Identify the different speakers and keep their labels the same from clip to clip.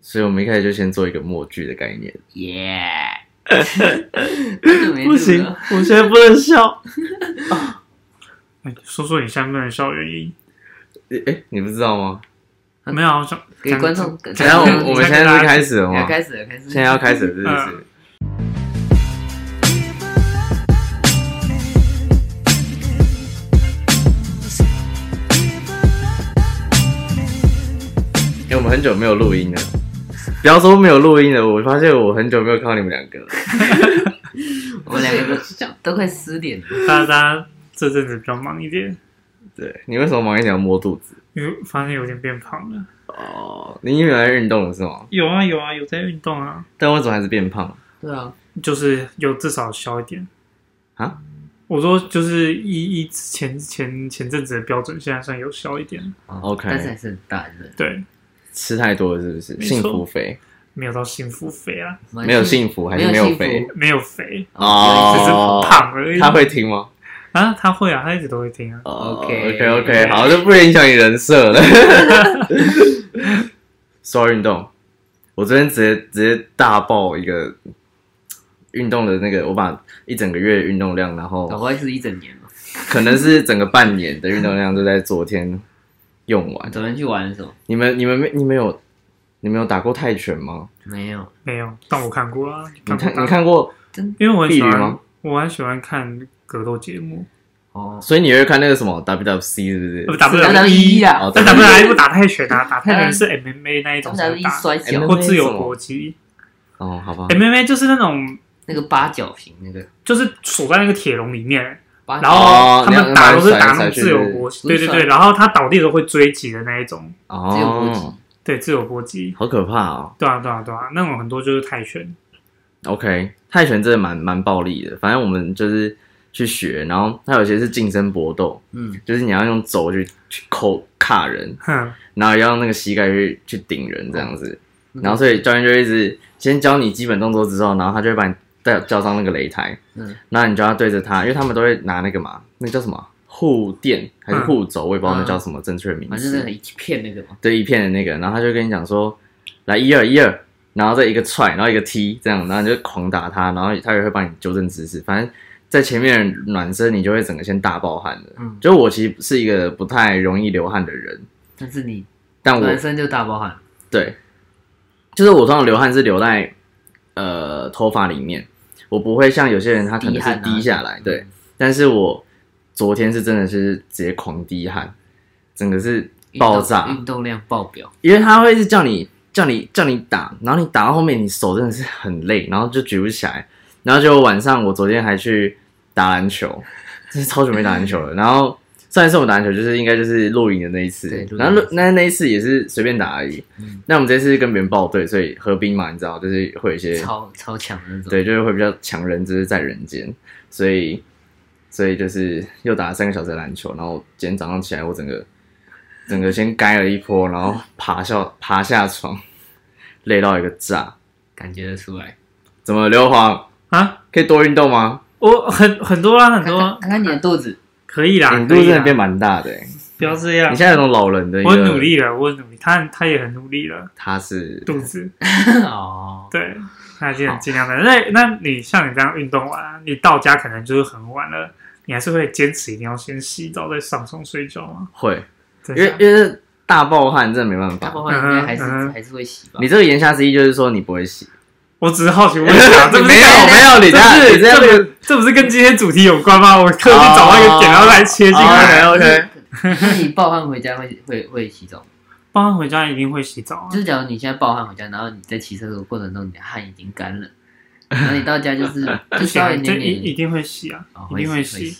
Speaker 1: 所以我们一开始就先做一个默剧的概念。
Speaker 2: 耶、yeah!
Speaker 3: 不行，我现在不能 笑。哎说说你现在不能笑的原因？
Speaker 1: 诶诶你不知道吗？嗯
Speaker 3: 没有，啊我想
Speaker 2: 给观众。等
Speaker 1: 等一下，我们我们现在是开始了
Speaker 2: 要
Speaker 1: 吗？
Speaker 2: 开始了，开始了。
Speaker 1: 现在要开始了，是不是
Speaker 3: 嗯？
Speaker 1: 因为我们很久没有录音了。不要说没有录音了，我发现我很久没有看到你们两个了。
Speaker 2: 我们两个都都快十 点了，
Speaker 3: 大家大家这阵子比较忙一点，
Speaker 1: 对你为什么忙一点要摸肚子？
Speaker 3: 因为发现有点变胖了。
Speaker 1: 哦，你原来运动了是吗？
Speaker 3: 有啊有啊，有在运动啊，
Speaker 1: 但为什么还是变胖？
Speaker 2: 对啊，
Speaker 3: 就是有至少消一点
Speaker 1: 啊。
Speaker 3: 我说就是依依前前前阵子的标准，现在算有消一点，
Speaker 2: 但是还
Speaker 1: OK，
Speaker 2: 是很大，真的。
Speaker 3: 对，
Speaker 1: 吃太多了是不是？
Speaker 3: 没错
Speaker 1: 幸福肥
Speaker 3: 没有到幸福肥啊，
Speaker 1: 没有幸福还是
Speaker 2: 没
Speaker 1: 没
Speaker 2: 有
Speaker 1: 有
Speaker 2: 幸福
Speaker 1: 肥？
Speaker 3: 没有肥，只是
Speaker 1: 哦，
Speaker 3: 胖而已。
Speaker 1: 他会听吗
Speaker 3: 啊，他会啊，他一直都会听啊。
Speaker 2: OK
Speaker 1: OK OK，好，就不影响你人设了。 说到运动，我这边直接直接大爆一个运动的那个，我把一整个月的运动量，然后
Speaker 2: 搞不好是一整年嘛。
Speaker 1: 可能是整个半年的运动量都在昨天用完。
Speaker 2: 昨天去玩什么？
Speaker 1: 你们你们没你们有你们有打过泰拳吗？
Speaker 2: 没有，
Speaker 3: 没有，但我看过啊，
Speaker 1: 你
Speaker 3: 过
Speaker 1: 看
Speaker 3: 大
Speaker 1: 你，看过，
Speaker 3: 因为我很喜
Speaker 1: 碧鱼
Speaker 3: 欢
Speaker 1: 吗，
Speaker 3: 我很喜欢看格斗节目，
Speaker 2: 哦，
Speaker 1: 所以你会看那个什么 WWC 是不
Speaker 3: 呃
Speaker 1: 是？
Speaker 3: 打不
Speaker 2: 当
Speaker 3: 了
Speaker 2: 一
Speaker 3: 啊，
Speaker 2: 啊，
Speaker 1: 哦
Speaker 3: 但打不了一不打泰拳啊，打泰拳是 MMA 那一
Speaker 2: 当
Speaker 3: 种
Speaker 2: 然
Speaker 3: 才
Speaker 2: 一
Speaker 3: 打，
Speaker 2: 摔跤
Speaker 1: 嗯
Speaker 3: 或自由搏击
Speaker 1: 哦，好吧，
Speaker 3: ，MMA 就是那种
Speaker 2: 那个八角形那个
Speaker 3: 就是锁在那个铁笼里面，
Speaker 2: 八
Speaker 3: 然
Speaker 2: 角，
Speaker 3: 后
Speaker 1: 哦
Speaker 3: 他们打都是打那
Speaker 1: 你要用它来甩来甩
Speaker 3: 种
Speaker 1: 去
Speaker 3: 自由搏击，对对
Speaker 2: 不是
Speaker 3: 对，然后他倒地都会追击的那一种，
Speaker 2: 自由搏击
Speaker 1: 哦，
Speaker 3: 对，自由搏击，
Speaker 1: 好可怕哦。
Speaker 3: 对啊对啊对啊，那种很多就是泰拳，
Speaker 1: OK，泰拳真的蛮蛮暴力的，反正我们就是去学，然后它有些是近身搏斗，
Speaker 2: 嗯，
Speaker 1: 就是你要用肘去去扣卡人，
Speaker 3: 哼，
Speaker 1: 然后也要用那个膝盖去去顶人这样子，
Speaker 2: 嗯
Speaker 1: 然后所以教练就一直先教你基本动作之后，然后他就会把你带叫上那个擂台，
Speaker 2: 嗯，
Speaker 1: 然后你就要对着他，因为他们都会拿那个嘛，那叫什么啊护垫还是护肘，我也不知道那叫什么正确的名
Speaker 2: 嗯反正
Speaker 1: 字
Speaker 2: 是，一片那个嘛，
Speaker 1: 对一片的那个，然后他就跟你讲说，来一二一二，然后再一个踹，然后一个踢，这样，然后你就狂打他，然后他也会帮你纠正姿势。反正，在前面的暖身，你就会整个先大爆汗的。
Speaker 2: 嗯，
Speaker 1: 就我其实是一个不太容易流汗的人，
Speaker 2: 但是你
Speaker 1: 但我
Speaker 2: 本身就大包汗，
Speaker 1: 对，就是我通常流汗是留在呃头发里面，我不会像有些人他可能
Speaker 2: 滴汗
Speaker 1: 是
Speaker 2: 啊
Speaker 1: 滴下来，对，但是我昨天是真的是直接狂滴汗，整个是
Speaker 2: 运动
Speaker 1: 爆炸，
Speaker 2: 运动量爆表，
Speaker 1: 因为他会一直叫你叫你叫你打，然后你打到后面你手真的是很累，然后就举不起来，然后就晚上我昨天还去打篮球， 真是超久没打篮球了。然后上一次我打篮球就是应该就是露营的那一次
Speaker 2: 对，
Speaker 1: 然后
Speaker 2: 露
Speaker 1: 露
Speaker 2: 营
Speaker 1: 那那一次也是随便打而已。
Speaker 2: 嗯
Speaker 1: 那我们这次是跟别人报队，所以合兵嘛，你知道就是会有一些
Speaker 2: 超超强的那种，
Speaker 1: 对，就是会比较强人之在人间，所以所以就是又打了三个小时的篮球，然后今天早上起来我整个整个先该了一波，然后爬下爬下床，累到一个炸。
Speaker 2: 感觉得出来。
Speaker 1: 怎么刘华
Speaker 3: 啊，
Speaker 1: 可以多运动吗？
Speaker 3: 我很很多啊很
Speaker 2: 看看
Speaker 3: 多，
Speaker 2: 看看你的肚子，
Speaker 3: 可以啦，
Speaker 1: 你肚子
Speaker 3: 可以
Speaker 1: 真的
Speaker 3: 啦，
Speaker 1: 变蛮大的欸、
Speaker 3: 不要这样
Speaker 1: 你，现在有种老人的一个
Speaker 3: 我很努，力了，我很努力，他他也很努力了，
Speaker 1: 他是
Speaker 3: 肚子。
Speaker 2: 哦，
Speaker 3: 对，那尽量尽量的。那那你像你这样运动完、啊，你到家可能就是很晚了，你还是会坚持一定要先洗澡再上床睡觉吗？啊
Speaker 1: 会，
Speaker 3: 真
Speaker 1: 因为
Speaker 3: 假的
Speaker 1: 因为大暴汗真的没办
Speaker 2: 大
Speaker 1: 法。
Speaker 2: 包汗应该还是
Speaker 3: 嗯嗯
Speaker 2: 还是会洗吧
Speaker 1: 你？这个言下之意就是说你不会洗，
Speaker 3: 我只是好奇问 一下，这不是
Speaker 1: 没有没有，你这
Speaker 3: 这
Speaker 1: 样
Speaker 3: 不
Speaker 1: 你
Speaker 3: 是
Speaker 1: 样
Speaker 3: 这不这不是跟今天主题有关吗？我特地找到一个点，然后来切进
Speaker 1: 哦
Speaker 2: 哦
Speaker 3: 来。
Speaker 1: OK OK，
Speaker 2: 那你暴汗回家会会会洗澡吗？
Speaker 3: 包含回家一定会洗澡啊
Speaker 2: 就。是假如你现在暴汗回家，然后你在骑车的过程中，你的汗已经干了，然后你到家就是 就
Speaker 3: 不行
Speaker 2: 稍
Speaker 3: 啊，
Speaker 2: 微
Speaker 3: 这
Speaker 2: 黏
Speaker 3: 一一
Speaker 2: 黏，
Speaker 3: 定会洗啊
Speaker 2: 哦，
Speaker 3: 一定
Speaker 2: 会洗会
Speaker 3: 洗。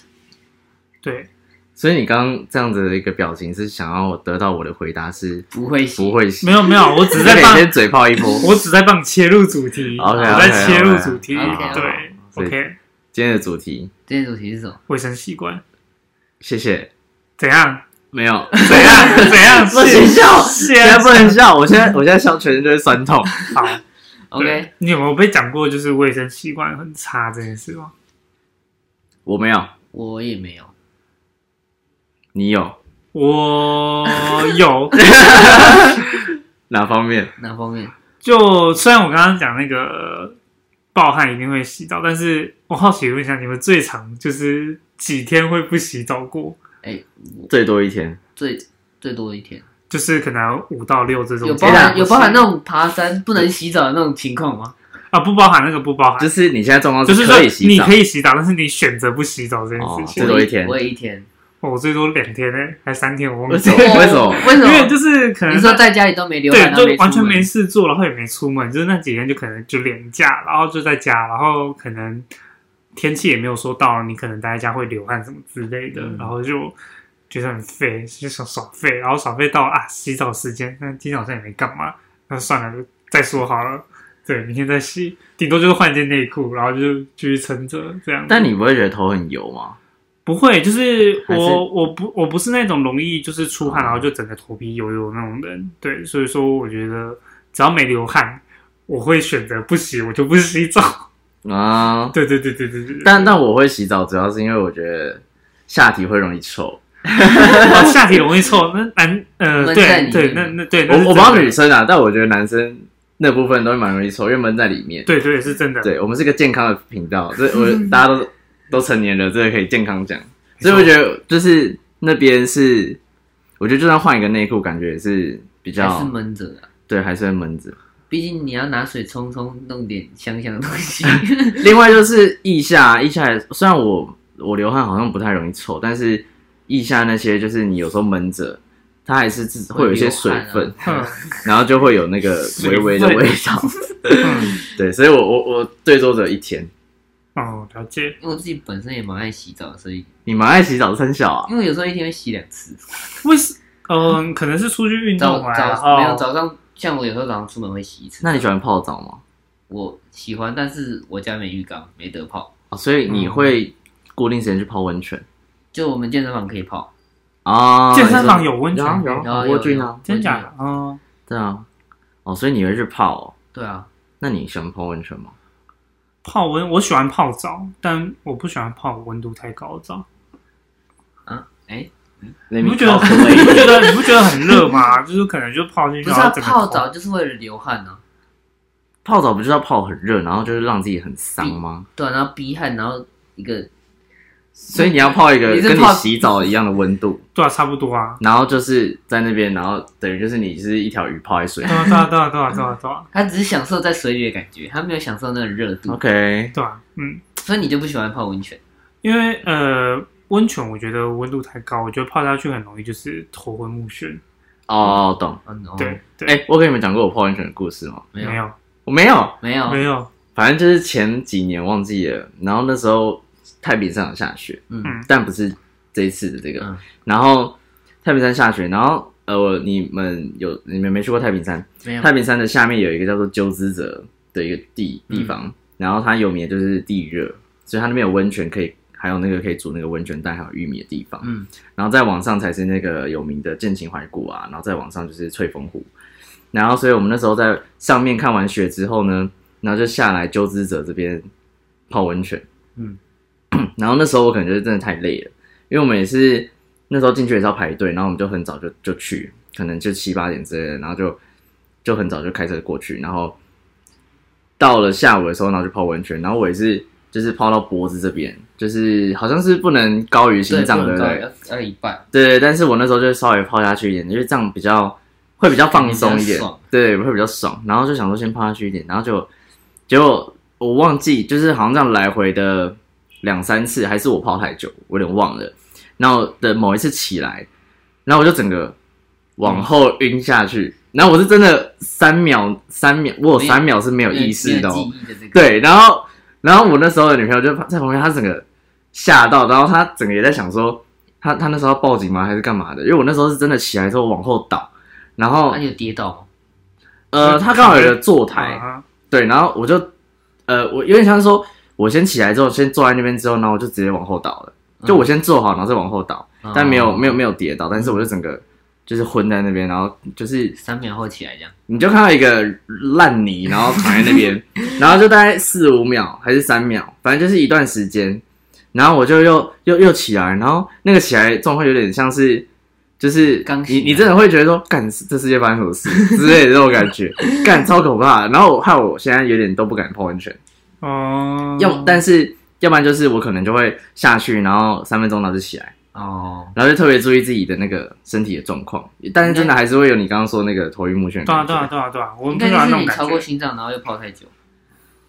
Speaker 3: 对，
Speaker 1: 所以你刚刚这样子的一个表情是想要得到我的回答是
Speaker 2: 不会洗，
Speaker 1: 不会洗，
Speaker 3: 没有没有，我只 是在
Speaker 1: 你
Speaker 3: 帮
Speaker 1: 可以先嘴炮一波。
Speaker 3: 我只在帮你切入主题，我
Speaker 1: OK，OK，OK，
Speaker 3: 在切入主题。
Speaker 2: OK，OK
Speaker 3: 对
Speaker 1: 所以
Speaker 3: ，OK，
Speaker 1: 今天的主题，
Speaker 2: 今天主题是什么？
Speaker 3: 卫生习惯
Speaker 1: 谢谢。
Speaker 3: 怎样？
Speaker 1: 没有，
Speaker 3: 怎样？怎样？
Speaker 1: 不行笑，
Speaker 3: 谢
Speaker 1: 现
Speaker 3: 谢
Speaker 1: 在不能笑，我现在我现在笑全身都是酸痛。
Speaker 3: 好
Speaker 2: OK，
Speaker 3: 你有没有被讲过就是卫生习惯很差这件事 吗？
Speaker 1: 我没有，
Speaker 2: 我也没有，
Speaker 1: 你有
Speaker 3: 我有，
Speaker 1: 哪方面？
Speaker 2: 哪方面？
Speaker 3: 就虽然我刚刚讲那个暴汗一定会洗澡，但是我好奇问一下，你们最长就是几天会不洗澡过？
Speaker 2: 哎，
Speaker 1: 最多一天。
Speaker 2: 最最多一天
Speaker 3: 就是可能五到六这种，
Speaker 2: 有包
Speaker 1: 天啊
Speaker 2: 含有包含那种爬山不能洗澡的那种情况吗？
Speaker 3: 啊，不包含那个不包含，
Speaker 1: 就是你现在状况
Speaker 3: 就是说
Speaker 1: 可以洗
Speaker 3: 你
Speaker 1: 澡，
Speaker 3: 可以洗澡，但是你选择不洗澡这件事
Speaker 1: 最，
Speaker 3: 情
Speaker 1: 哦多一天
Speaker 2: 我也一天。
Speaker 3: 哦我最多两天呢、还三天，我忘
Speaker 1: 为
Speaker 3: 记
Speaker 1: 什
Speaker 3: 了，
Speaker 1: 么？为什么？
Speaker 2: 为什
Speaker 3: 因 为
Speaker 2: 么？
Speaker 3: 就是可能
Speaker 2: 你说在家里都没流
Speaker 3: 对
Speaker 2: 汗，，
Speaker 3: 就完全没
Speaker 2: 没出
Speaker 3: 事做，然后也没出门，就是那几天就可能就连假，然后就在家，然后可能天气也没有说到你可能待在家会流汗什么之类的，
Speaker 1: 嗯
Speaker 3: 然后就觉得很废，就想耍废，然后耍废到啊洗澡时间，那今天好像也没干嘛，那算了，再说好了。对，明天再洗，顶多就是换一件内裤，然后就继续撑着这样子。
Speaker 1: 但你不会觉得头很油吗？
Speaker 3: 不会，就是
Speaker 1: 还是
Speaker 3: 我我不我不是那种容易就是出汗然后就整个头皮油油那种人，对，所以说我觉得只要没流汗，我会选择不洗，我就不洗澡。
Speaker 1: 啊，
Speaker 3: 对对对对对对。
Speaker 1: 但但我会洗澡，主要是因为我觉得下体会容易臭。
Speaker 3: 但下体容易臭，那男呃
Speaker 2: 闷在
Speaker 3: 对
Speaker 2: 里
Speaker 3: 对，
Speaker 2: 面
Speaker 3: 那那对，
Speaker 1: 我
Speaker 3: 那是
Speaker 1: 我不知道
Speaker 3: 真的
Speaker 1: 女生啊，但我觉得男生那部分都蛮容易臭，因为闷在里面。
Speaker 3: 对对是真的，
Speaker 1: 对，我们是一个健康的频道， 这我大家都都成年了，这个可以健康讲。所以我觉得就是那边是，我觉得就算换一个内裤，感觉也是比
Speaker 2: 门，还
Speaker 1: 较
Speaker 2: 是闷着的。
Speaker 1: 对，还是会闷着。
Speaker 2: 毕竟你要拿水冲冲，弄点香香的东 西。
Speaker 1: 另外就是腋下，腋下虽然我我流汗好像不太容易臭，但是腋下那些就是你有时候闷着，它还是自会有一些水分，
Speaker 2: 会流汗
Speaker 3: 嗯
Speaker 2: 啊，
Speaker 1: 然后就会有那个微微的
Speaker 3: 水分
Speaker 1: 味道。
Speaker 3: 嗯
Speaker 1: 对，所以我我我最多只有一天。
Speaker 3: 哦了解，
Speaker 2: 因为我自己本身也蛮爱洗澡，所以
Speaker 1: 你蛮爱洗澡的三小啊，
Speaker 2: 因为有时候一天会洗两 次，
Speaker 3: 为什嗯可能是出去运
Speaker 2: 早
Speaker 3: 动啊，然
Speaker 2: 早没有
Speaker 3: 后
Speaker 2: 早上，像我有时候早上出门会洗一次。
Speaker 1: 那你喜欢泡澡吗？
Speaker 2: 我喜欢，但是我家没浴缸，没得泡，
Speaker 1: 哦，所以你会固定时间去泡温泉
Speaker 2: 就我们健身房可以泡。
Speaker 1: 啊？
Speaker 3: 健身房
Speaker 1: 你说
Speaker 3: 有温泉
Speaker 1: 有啊
Speaker 2: 然后
Speaker 1: 有
Speaker 2: 有
Speaker 1: 国军啊，
Speaker 3: 真假的？哦，
Speaker 1: 对啊，哦，所以你会去泡哦？
Speaker 2: 对啊，
Speaker 1: 那你喜欢泡温泉吗？
Speaker 3: 泡温我喜欢泡澡，但我不喜欢泡温度太高的澡。
Speaker 2: 啊，哎，
Speaker 1: 你
Speaker 3: 你不觉得你不觉得你不觉得很热吗？就是可能就泡进去，
Speaker 2: 不是
Speaker 3: 然
Speaker 2: 要
Speaker 3: 后整个头
Speaker 2: 泡澡，就是为了流汗啊，
Speaker 1: 泡澡不就是要泡很热，然后就是让自己很伤吗？
Speaker 2: 对啊，然后逼汗，然后一个
Speaker 1: 所以你要泡一个
Speaker 2: 你是
Speaker 1: 跟你
Speaker 2: 泡
Speaker 1: 洗澡一样的温度，
Speaker 3: 对啊，差不多啊，
Speaker 1: 然后就是在那边，然后等于就是你是一条鱼泡在水
Speaker 3: 对。啊，对啊，对啊，对啊，对啊，对啊，
Speaker 2: 他只是享受在水里的感觉，他没有享受那个热
Speaker 1: 嗯
Speaker 2: 度，
Speaker 1: OK，
Speaker 3: 对啊，嗯，
Speaker 2: 所以你就不喜欢泡温泉。
Speaker 3: 因为呃，温泉我觉得温度太高，我觉得泡下去很容易就是头昏目眩。
Speaker 1: 哦，懂。
Speaker 2: 嗯，哦
Speaker 3: 对，对，
Speaker 1: 哎、我跟你们讲过我泡温泉的故事吗？
Speaker 2: 没
Speaker 3: 没
Speaker 2: 有，
Speaker 3: 有，
Speaker 1: 我没有，
Speaker 2: 没有，
Speaker 3: 没有，
Speaker 1: 反正就是前几年忘记了，然后那时候太平山有下雪，
Speaker 2: 嗯
Speaker 3: 嗯
Speaker 1: 但不是这一次的这个，
Speaker 2: 嗯，
Speaker 1: 然后太平山下雪，然后呃，我你们有你们没去过太平山？
Speaker 2: 没有
Speaker 1: 太，平山的下面有一个叫做鸠兹泽的一个地地方，
Speaker 2: 嗯
Speaker 1: 然后它有名的就是地热，所以它那边有温泉可以，还有那个可以煮那个温泉蛋还有玉米的地方。
Speaker 2: 嗯，
Speaker 1: 然后再往上才是那个有名的剑琴怀古啊，然后再往上就是翠峰湖。啊然后，所以我们那时候在上面看完雪之后呢，然后就下来鸠兹者这边泡温泉。
Speaker 2: 嗯，
Speaker 1: 然后那时候我可能就是真的太累了，因为我们也是那时候进去也是要排队，然后我们就很早就就去，可能就七八点之类的，然后就就很早就开车过去，然后到了下午的时候，然后就泡温泉，然后我也是就是泡到脖子这边，就是好像是不能高于心
Speaker 2: 对，
Speaker 1: 脏，
Speaker 2: 不
Speaker 1: 对
Speaker 2: 能
Speaker 1: 不
Speaker 2: 高
Speaker 1: 对？
Speaker 2: 要要一半，
Speaker 1: 对，但是我那时候就稍微泡下去一点，因为这样比较会比较放松一
Speaker 2: 比较
Speaker 1: 点
Speaker 2: 爽，
Speaker 1: 对，会比较爽。然后就想说先泡下去一点，然后就结果我忘记，就是好像这样来回的两三次，还是我泡太久，我有点忘了。然后的某一次起来，然后我就整个往后晕下去，然后我是真的三秒三秒，我有
Speaker 2: 没有
Speaker 1: 三秒是没有
Speaker 2: 没
Speaker 1: 意识的、哦，
Speaker 2: 记忆的这个，，
Speaker 1: 对，然后然后我那时候的女朋友就在旁边，她整个吓到，然后她整个也在想说，她她那时候要报警吗？还是干嘛的？因为我那时候是真的起来之后往后倒，然后
Speaker 2: 那哦你有跌倒吗？
Speaker 1: 呃，她刚好有个坐台，
Speaker 3: 啊，
Speaker 1: 对，然后我就呃，我有点像是说，我先起来之后，先坐在那边之后，然后我就直接往后倒了，就我先坐好，然后再往后倒，
Speaker 2: 嗯，
Speaker 1: 但没有没有没
Speaker 2: 有，
Speaker 1: 有跌倒，但是我就整个。就是昏在那边，然后就是
Speaker 2: 三秒后起来这样，
Speaker 1: 你就看到一个烂泥，然后躺在那 边，然后就大概四五秒还是三秒，反正就是一段时间。然后我就又又又起来，然后那个起来状况有点像是就是
Speaker 2: 刚
Speaker 1: 你
Speaker 2: 醒
Speaker 1: 你
Speaker 2: 来
Speaker 1: 真的会觉得说，干这世界发生什么事之类的这种感 觉，干超可怕的。然后我害我现在有点都不敢泡温泉，
Speaker 3: 哦，
Speaker 1: 要但是要不然就是我可能就会下去，然后三分钟然后就起来，
Speaker 2: 哦，
Speaker 1: 然后就特别注意自己的那个身体的状况。但是真的还是会有你刚刚说那个头晕目眩的
Speaker 3: 对啊
Speaker 1: 感觉，
Speaker 3: 对啊对啊对啊，我
Speaker 2: 应
Speaker 3: 们不
Speaker 2: 该
Speaker 3: 喜欢
Speaker 2: 就是
Speaker 3: 那种
Speaker 2: 你
Speaker 3: 感
Speaker 2: 超过
Speaker 3: 觉。
Speaker 2: 心脏，然后又泡太久。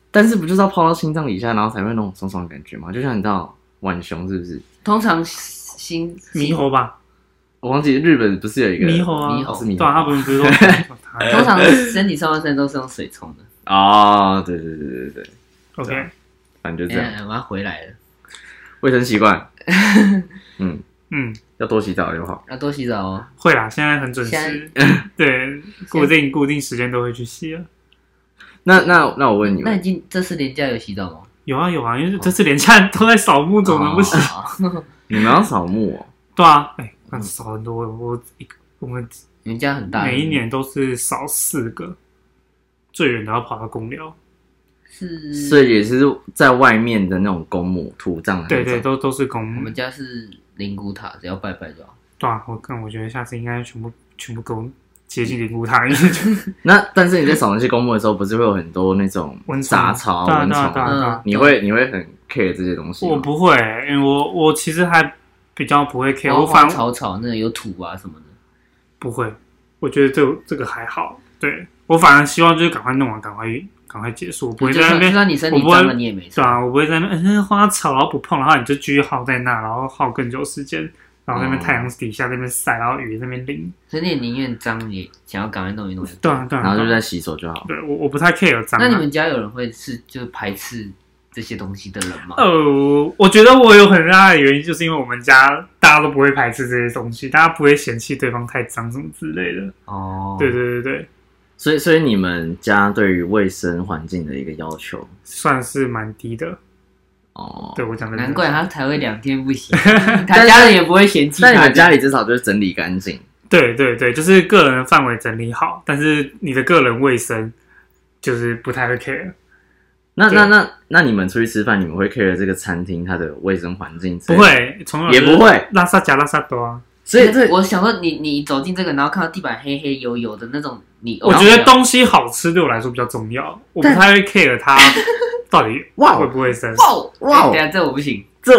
Speaker 1: 但是不就是要泡到心脏以下，然后才会那种爽爽的感觉吗？就像你知道浣熊是不是？
Speaker 2: 通常心
Speaker 3: 猕，猴吧，
Speaker 1: 我忘记日本不是有一个
Speaker 3: 猕猴
Speaker 2: 猕
Speaker 3: 啊，
Speaker 2: 猴
Speaker 1: 是猕
Speaker 3: 对啊，他
Speaker 1: 猴
Speaker 3: 不是不是说
Speaker 2: 通常身体上半身都是用水冲 的。哎
Speaker 3: 啊
Speaker 1: 哦，对对对对对，
Speaker 3: OK，
Speaker 1: 反正就
Speaker 2: 哎
Speaker 1: 这样，
Speaker 2: 呀，我要回来了，
Speaker 1: 卫生习惯，嗯，
Speaker 3: 嗯，
Speaker 1: 要多洗澡就好。
Speaker 2: 要多洗澡哦。
Speaker 3: 会啦，现在很准时
Speaker 2: 现，
Speaker 3: 对，固定固定时间都会去洗了。
Speaker 1: 那那那我问你
Speaker 2: 那
Speaker 1: 们，
Speaker 2: 你今这次年假有洗澡吗？
Speaker 3: 有啊有啊，因为这次连假都在扫墓，怎么能不洗？
Speaker 2: 哦？
Speaker 1: 你们要扫墓哦？
Speaker 3: 对啊，哎，那扫很多，我一个我们
Speaker 2: 你们家很大，
Speaker 3: 每一年都是扫四个，最远都要跑到公寮。
Speaker 2: 嗯是
Speaker 1: 所以也是在外面的那种公墓土葬的那
Speaker 3: 对
Speaker 1: 种。
Speaker 3: 对，都都是公
Speaker 2: 我
Speaker 3: 墓
Speaker 2: 们。家是灵骨塔，只要拜拜就好。
Speaker 3: 对啊，我看我觉得下次应该全部全部公接近灵骨塔，因为 就
Speaker 1: 那但是你在扫那些公墓的时候，不是会有很多那种
Speaker 3: 蚊虫
Speaker 1: 杂草、
Speaker 3: 对啊
Speaker 1: 蚊
Speaker 3: 对啊对
Speaker 1: 虫？
Speaker 3: 啊对啊
Speaker 2: 嗯，
Speaker 1: 你会你会很 care 这些东西吗？
Speaker 3: 我不会，因为我我其实还比较不会 care，
Speaker 2: 花
Speaker 3: 我
Speaker 2: 花
Speaker 3: 反
Speaker 2: 草草那个有土啊什么的。
Speaker 3: 不会，我觉得这这个还好。对我反而希望就是赶快弄完，赶快赶快结束，我不会
Speaker 2: 就
Speaker 3: 在
Speaker 2: 算就
Speaker 3: 那边。
Speaker 2: 算你身体
Speaker 3: 我不会
Speaker 2: 脏了，你也没
Speaker 3: 对
Speaker 2: 差。
Speaker 3: 啊，我不会在那边嗯花草，然后不碰，然后你就继续耗在那，然后耗更久时间，然后在那边
Speaker 1: 哦
Speaker 3: 太阳底下那边晒，然后雨在那边淋。
Speaker 2: 所以你也宁愿脏，也想要赶快弄一弄。
Speaker 3: 对啊，对啊。
Speaker 1: 然后就
Speaker 3: 对啊
Speaker 1: 在洗手就好。
Speaker 3: 对我我不太 care 脏啊。
Speaker 2: 那你们家有人会是就排斥这些东西的人吗？
Speaker 3: 呃，我觉得我有很大的原因，就是因为我们家大家都不会排斥这些东西，大家不会嫌弃对方太脏什么之类的。
Speaker 2: 哦，
Speaker 3: 对，对对对，
Speaker 1: 所以所以你们家对于卫生环境的一个要求
Speaker 3: 算是蛮低的。
Speaker 1: 哦。
Speaker 3: 对我讲的，
Speaker 2: 难怪他才会两天不 洗，他家人也不会嫌弃
Speaker 1: 但你
Speaker 2: 他
Speaker 1: 们家里至少就是整理干净。
Speaker 3: 对对对，就是个人的范围整理好，但是你的个人卫生就是不太会 care，
Speaker 1: 那
Speaker 3: 对
Speaker 1: 那那那你们出去吃饭，你们会 care 这个餐厅它的卫生环境？
Speaker 3: 不，会，从小
Speaker 1: 也不会。
Speaker 3: 拉萨加拉萨多啊。
Speaker 1: 所以这
Speaker 2: 我想说你，你走进这个，然后看到地板黑黑油油的那种，你哦
Speaker 3: 我觉得东西好吃对我来说比较重要，我不
Speaker 1: 但
Speaker 3: 太会 care 它到底
Speaker 1: 哇
Speaker 3: 卫不卫生。
Speaker 2: 哇
Speaker 1: 哇哦
Speaker 2: 对啊，这我不行，
Speaker 1: 这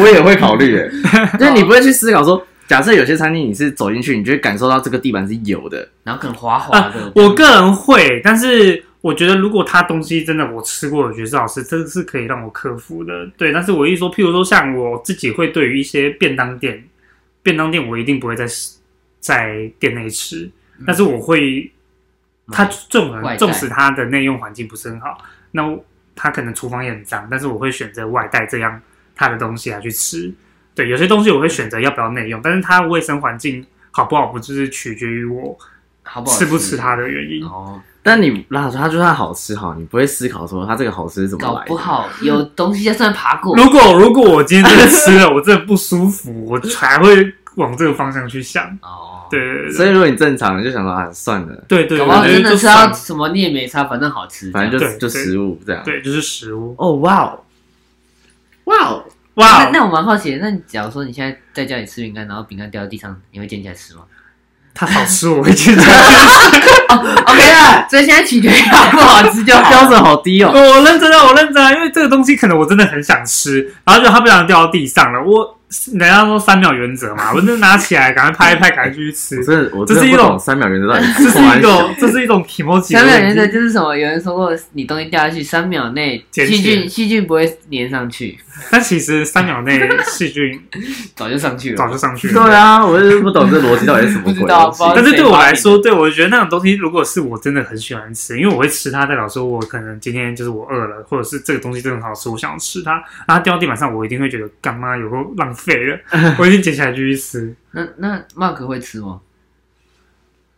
Speaker 1: 我也会考虑耶，就是你不会去思考说，假设有些餐厅你是走进去，你就会感受到这个地板是油的，
Speaker 2: 然后可能滑滑的。
Speaker 3: 啊我个人会，但是我觉得如果它东西真的我吃过，我觉得是好吃，这是可以让我克服的。对，但是我一说，譬如说像我自己会对于一些便当店，便当店我一定不会在在店内吃，
Speaker 2: 嗯
Speaker 3: 但是我会，它纵
Speaker 2: 外带
Speaker 3: 纵使它的内用环境不是很好，那我它可能厨房也很脏，但是我会选择外带这样它的东西来去吃。对，有些东西我会选择要不要内用，但是它卫生环境好不好，不就是取决于我
Speaker 2: 好不好
Speaker 3: 吃不吃它的原因。
Speaker 2: 哦，
Speaker 1: 但你那它就算好吃好，你不会思考说它这个好吃是怎么
Speaker 2: 搞
Speaker 1: 来
Speaker 2: 不
Speaker 1: 的。
Speaker 2: 好有东西在上面爬过。
Speaker 3: 如果如果我今天真的吃了，我真的不舒服， 我才会往这个方向去想。
Speaker 2: 哦，，
Speaker 3: 对对
Speaker 1: 所以如果你正常，你就想说啊，算了，
Speaker 3: 对对对，
Speaker 2: 搞不好
Speaker 3: 我觉得
Speaker 2: 真的
Speaker 3: 就
Speaker 2: 吃到
Speaker 3: 算了
Speaker 2: 什么你也没差，反正好吃。
Speaker 1: 反正
Speaker 2: 这样
Speaker 1: 就
Speaker 3: 对
Speaker 1: 就
Speaker 3: 对
Speaker 1: 食物这样。
Speaker 3: 对，就是食物。
Speaker 1: 哦，哇哦，哇哦，
Speaker 3: 哇
Speaker 2: 那，那我蛮好奇的，那你假如说你现在在家里吃饼干，然后饼干掉到地上，你会捡起来吃吗
Speaker 3: 它好吃，我会 去吃。
Speaker 2: ？OK 啊，所以现在取决于好不好吃就
Speaker 1: 标
Speaker 2: 好。
Speaker 1: 准好低哦。
Speaker 3: 我认真的，我认真的，啊因为这个东西可能我真的很想吃，然后就它不想掉到地上了。我人家说三秒原则嘛，我就拿起来，赶快拍一拍，赶快继续吃
Speaker 1: 我。真的，我
Speaker 3: 这
Speaker 1: 真
Speaker 3: 是
Speaker 1: 的不
Speaker 3: 一种
Speaker 1: 懂三秒原则 到底
Speaker 3: 这是一
Speaker 1: 什么
Speaker 3: 种，这是一种 e m o
Speaker 2: 三秒原则就是什么？有人说过，你东西掉下去三秒内，
Speaker 3: 捡
Speaker 2: 细
Speaker 3: 起来
Speaker 2: 菌细菌不会粘上去，
Speaker 3: 但其实三秒内细菌
Speaker 2: 早就上去了。
Speaker 3: 早就上去了。
Speaker 1: 对啊，我就是不懂这逻辑到底是什么
Speaker 2: 不
Speaker 1: 鬼
Speaker 2: 知道
Speaker 1: 东西
Speaker 2: 不知道
Speaker 3: 但是对我来说，对我觉得那种东西，如果是我真的很喜欢吃，因为我会吃它，代表说我可能今天就是我饿了，或者是这个东西真的很好吃，我想要吃它，然后掉到地板上，我一定会觉得干妈有够浪费 了，我一定捡起来继续吃。
Speaker 2: 那那 Mark 会吃吗？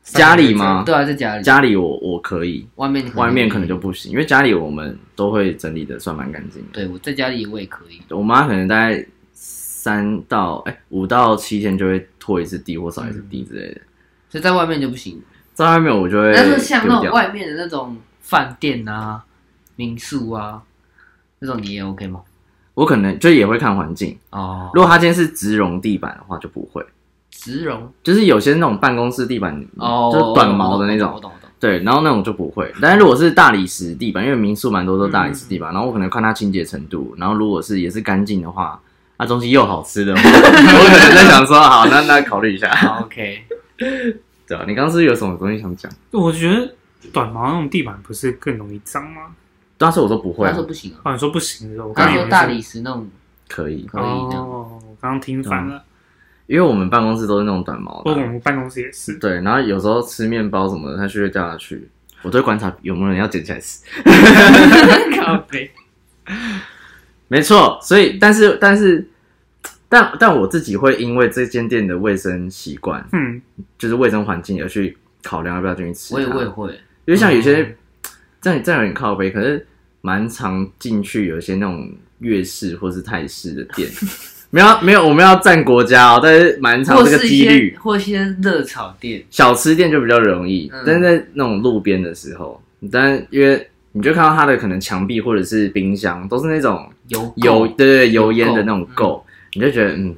Speaker 1: 家里吗？
Speaker 2: 对啊，在家里，
Speaker 1: 家里我我可以，
Speaker 2: 外面
Speaker 1: 外面可能就不行，因为家里我们都会整理的算蛮干净的。
Speaker 2: 对我在家里我也可以。
Speaker 1: 我妈可能大概三到哎五、到七天就会拖一次地或扫一次地之类的，
Speaker 2: 所以在外面就不行。
Speaker 1: 在外面我就会
Speaker 2: 嗯但是像那
Speaker 1: 呃丢掉。
Speaker 2: 种外面的那种饭店啊、民宿啊，那种你也 OK 吗？
Speaker 1: 我可能就也会看环境，
Speaker 2: 哦，
Speaker 1: 如果它今天是植绒地板的话就不会，
Speaker 2: 植绒
Speaker 1: 就是有些那种办公室地板，
Speaker 2: 哦，
Speaker 1: 就是短毛的那种
Speaker 2: 我，懂我懂。
Speaker 1: 对，然后那种就不会。但是如果是大理石地板，因为民宿蛮多都大理石地
Speaker 2: 嗯
Speaker 1: 板，然后我可能看它清洁程度，然后如果是也是干净的话，那、东西又好吃的话，我 可能在想说，好，那那考虑一下，
Speaker 2: 好哦 OK，
Speaker 1: 对吧、啊你刚刚是不是有什么东西想讲？
Speaker 3: 我觉得短毛那种地板不是更容易脏吗？
Speaker 1: 当时我说不会、
Speaker 2: 他
Speaker 1: 啊
Speaker 2: 说，不行啊，
Speaker 3: 哦，你说不行的，我
Speaker 2: 他
Speaker 3: 刚刚以
Speaker 2: 说
Speaker 3: 为
Speaker 2: 大
Speaker 3: 是
Speaker 2: 理石那种
Speaker 1: 可以，
Speaker 2: 可以的
Speaker 3: 哦，我刚刚听反了，
Speaker 1: 因为我们办公室都是那种短毛
Speaker 2: 啊哦
Speaker 3: 或者我
Speaker 1: 的，
Speaker 3: 们办公室也是，
Speaker 1: 对，然后有时候吃面包什么的，它就会掉下去。我都会观察有没有人要捡起来吃，
Speaker 2: 咖啡，
Speaker 1: 没错。所以，但是，但是，但但我自己会因为这间店的卫生习惯，
Speaker 3: 嗯，
Speaker 1: 就是卫生环境而去考量要不要进去吃它。啊
Speaker 2: 我也我也会，
Speaker 1: 因为像有些、
Speaker 3: 嗯
Speaker 1: 这样这样有点靠背，可是蛮常进去有一些那种粤式或是泰式的 店，没有啊没有我们要占国家哦，但是蛮常
Speaker 2: 或
Speaker 1: 这个
Speaker 2: 是一
Speaker 1: 几率
Speaker 2: 些。或是一些热炒店，
Speaker 1: 小吃店就比较容易，
Speaker 2: 嗯
Speaker 1: 但是在那种路边的时候，但因为你就看到它的可能墙壁或者是冰箱都是那种
Speaker 2: 有
Speaker 1: 油，对对对
Speaker 2: 有
Speaker 1: 油烟的
Speaker 2: 垢
Speaker 1: 那种
Speaker 2: 嗯
Speaker 1: 垢，你就觉得嗯，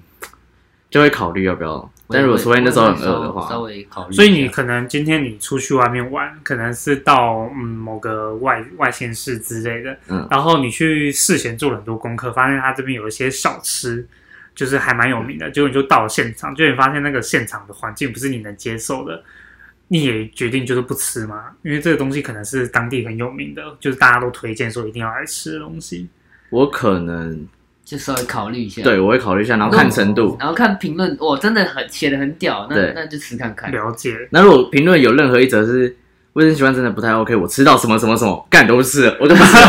Speaker 1: 就会考虑要不要。但如果除非那时候很饿的
Speaker 2: 稍
Speaker 1: 话，
Speaker 2: 微考虑一下。
Speaker 3: 所以你可能今天你出去外面玩，可能是到嗯某个外外县市之类的，
Speaker 1: 嗯
Speaker 3: 然后你去事前做了很多功课，发现他这边有一些小吃，就是还蛮有名的，结果你就到了现场，就你发现那个现场的环境不是你能接受的。你也决定就是不吃嘛，因为这个东西可能是当地很有名的，就是大家都推荐说一定要来吃的东西。
Speaker 1: 我可能
Speaker 2: 就稍微考虑一下，
Speaker 1: 对，我会考虑一下，然后看程度。
Speaker 2: 然后看评论，哇，真的很写的很屌，那
Speaker 1: 对
Speaker 2: 那就吃看看。
Speaker 3: 了解，
Speaker 1: 那如果评论有任何一则是卫生习惯真的不太 OK，我吃到什么什么什么，干都不吃了，我就不吃了。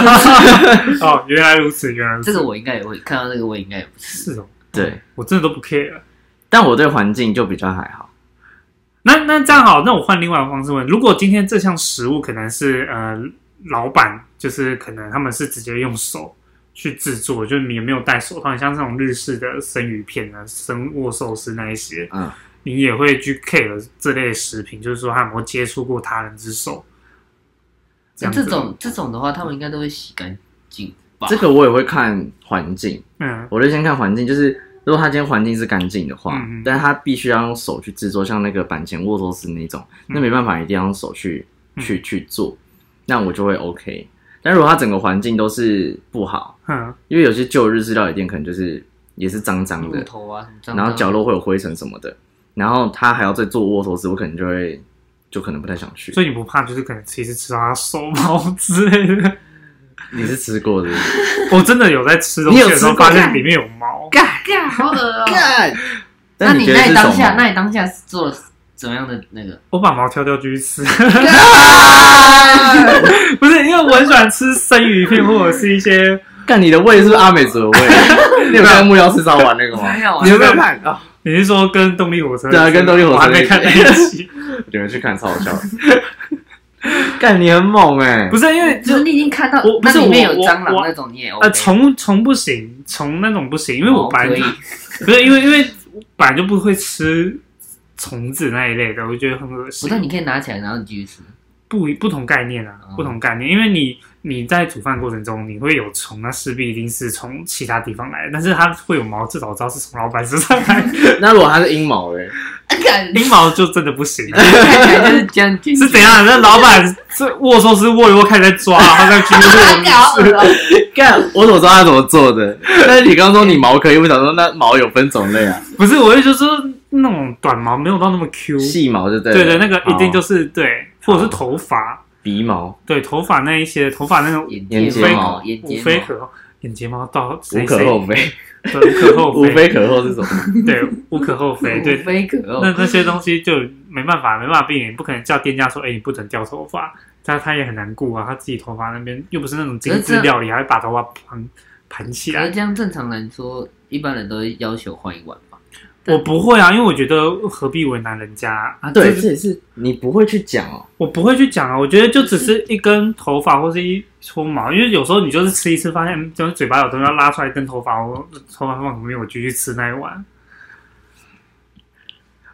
Speaker 3: 哦，原来如此，原来如此，
Speaker 2: 这个我应该也会看到，这个我也应该也不吃。
Speaker 3: 是哦，
Speaker 1: 对，
Speaker 3: 我真的都不 care 了。
Speaker 1: 但我对环境就比较还好。
Speaker 3: 那那这样好，那我换另外一个方式问：如果今天这项食物可能是呃，老板就是可能他们是直接用手去制作，就是你也没有戴手套，你像这种日式的生鱼片啊、生握寿司那一些，
Speaker 1: 嗯，
Speaker 3: 你也会去 care 这类食品，就是说他有没有接触过他人之手。
Speaker 2: 那
Speaker 3: 这样子
Speaker 2: 这种这种的话，他们应该都会洗干净吧？
Speaker 1: 这个我也会看环境，
Speaker 3: 嗯
Speaker 1: 我就先看环境，就是如果它今天环境是干净的话，
Speaker 3: 嗯嗯
Speaker 1: 但是它必须要用手去制作，像那个板前握寿司那种，那没办法，一定要用手去
Speaker 3: 嗯
Speaker 1: 去去做，那我就会 OK。但如果它整个环境都是不好，
Speaker 3: 嗯
Speaker 1: 因为有些旧日式料理店可能就是也是脏脏
Speaker 2: 木
Speaker 3: 嗯
Speaker 1: 的，
Speaker 2: 头啊什么脏脏的，
Speaker 1: 然后角落会有灰尘什么的，然后他还要再做握寿司，我可能就会就可能不太想去。
Speaker 3: 所以你不怕就是可能其实吃到他手毛之类的？
Speaker 1: 你是吃过的，
Speaker 3: 我真的有在吃东
Speaker 1: 你
Speaker 3: 西
Speaker 1: 有
Speaker 3: 的时候
Speaker 1: 吃过
Speaker 3: 发现里面有毛，
Speaker 2: 干干好恶哦。 那
Speaker 1: 但
Speaker 2: 你
Speaker 1: 觉得
Speaker 2: 那
Speaker 1: 是
Speaker 2: 你
Speaker 1: 什
Speaker 2: 当下，那
Speaker 1: 么？
Speaker 2: 你当下是做了怎么样的那个？
Speaker 3: 我把毛挑掉继续吃。
Speaker 1: 干
Speaker 3: 不是，因为我很喜欢吃生鱼片或者是一些，
Speaker 1: 干你的胃是不是阿美族的 胃？你有看到木曜吃烧完那个吗？
Speaker 2: 没有啊
Speaker 1: 你有没有 看啊？
Speaker 3: 你是说跟动力火车？
Speaker 1: 对啊跟动力火车
Speaker 3: 我还没看那一集。
Speaker 1: 你们去看，超好笑的。干你很猛哎！
Speaker 3: 不
Speaker 1: 是，
Speaker 3: 是因为
Speaker 2: 就
Speaker 3: 就是呃
Speaker 2: 你已经看到，
Speaker 3: 我不
Speaker 2: 那
Speaker 3: 是
Speaker 2: 里面
Speaker 3: 我
Speaker 2: 有
Speaker 3: 我
Speaker 2: 蟑螂
Speaker 3: 我
Speaker 2: 那种，你也哦 OK。
Speaker 3: 呃虫虫不行，虫那种不行，因为我
Speaker 2: 哦
Speaker 3: 本
Speaker 2: 可
Speaker 3: 来
Speaker 2: 以
Speaker 3: 就不是因为因为我本来就不会吃虫子那一类的，我觉得很恶
Speaker 2: 不
Speaker 3: 心。
Speaker 2: 但你可以拿起来，然后你继 续吃。
Speaker 3: 不不同概念啊
Speaker 2: 嗯，
Speaker 3: 不同概念，因为你你在煮饭过程中你会有虫，那势必一定是从其他地方来的，但是它会有毛，至少我知道是从老板身上来的。
Speaker 1: 那如果它是阴毛嘞？
Speaker 2: 看
Speaker 3: 阴毛就真的不行、 啊。
Speaker 2: 看起来就是这样进去，
Speaker 3: 是怎样？那老板这握寿司握一握，开始在抓，他在拘
Speaker 2: 干好恶
Speaker 3: 握。
Speaker 2: 哦
Speaker 1: 干，我怎么知道它怎么做的？但是你刚刚说你毛可以，我想说那毛有分种类啊，
Speaker 3: 不是，我就说那种短毛没有到那么 Q，
Speaker 1: 细毛就对了。
Speaker 3: 对对，那个一定就是
Speaker 2: 哦
Speaker 3: 是对，或者是头发，
Speaker 1: 鼻毛。
Speaker 3: 对头发那一些头发那种
Speaker 2: 眼
Speaker 1: 眼
Speaker 2: 睫
Speaker 1: 睫
Speaker 2: 毛，
Speaker 1: 毛
Speaker 2: 眼
Speaker 3: 无
Speaker 2: 睫
Speaker 3: 非
Speaker 2: 毛，
Speaker 3: 可眼睫毛到
Speaker 1: 无可厚，非，
Speaker 3: 谁谁对无可厚
Speaker 1: 无
Speaker 3: 非，
Speaker 1: 非可厚是什么？
Speaker 2: 啊
Speaker 3: 对无可 厚非，对
Speaker 2: 无非可
Speaker 3: 那
Speaker 2: 哦。
Speaker 3: 那些东西就没办法，没办法避免，不可能叫店家说，哎、你不准掉头发，但他也很难顾啊，他自己头发那边又不是那种精致料理，还会把头发盘盘起
Speaker 2: 可
Speaker 3: 来
Speaker 2: 是。这样正常来说，一般人都会要求换一碗吧？
Speaker 3: 我不会啊，因为我觉得何必为难人家啊？
Speaker 1: 对，
Speaker 3: 这
Speaker 1: 这也是你不会去讲哦。
Speaker 3: 我不会去讲啊。我觉得就只是一根头发或是一撮毛，因为有时候你就是吃一次，发现嗯，就是嘴巴有东西要拉出来一根头发，我头发放旁边，我继续吃那一碗。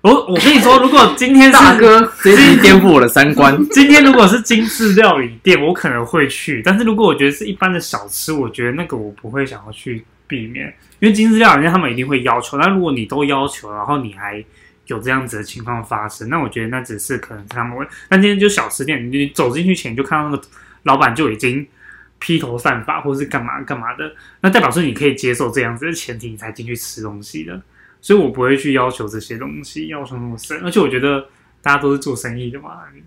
Speaker 3: 我我跟你说，如果今天是
Speaker 1: 大哥，这一集颠覆我的三观。
Speaker 3: 今天如果是精致料理店，我可能会去；但是如果我觉得是一般的小吃，我觉得那个我不会想要去避免，因为精致料理店他们一定会要求。但如果你都要求，然后你还有这样子的情况发生。那我觉得那只是可能他们会，那今天就小吃店，你走进去前你就看到那个老板就已经披头散发，或是干嘛干嘛的，那代表说你可以接受这样子的前提，你才进去吃东西的。所以我不会去要求这些东西，要求那么深。而且我觉得大家都是做生意的嘛，你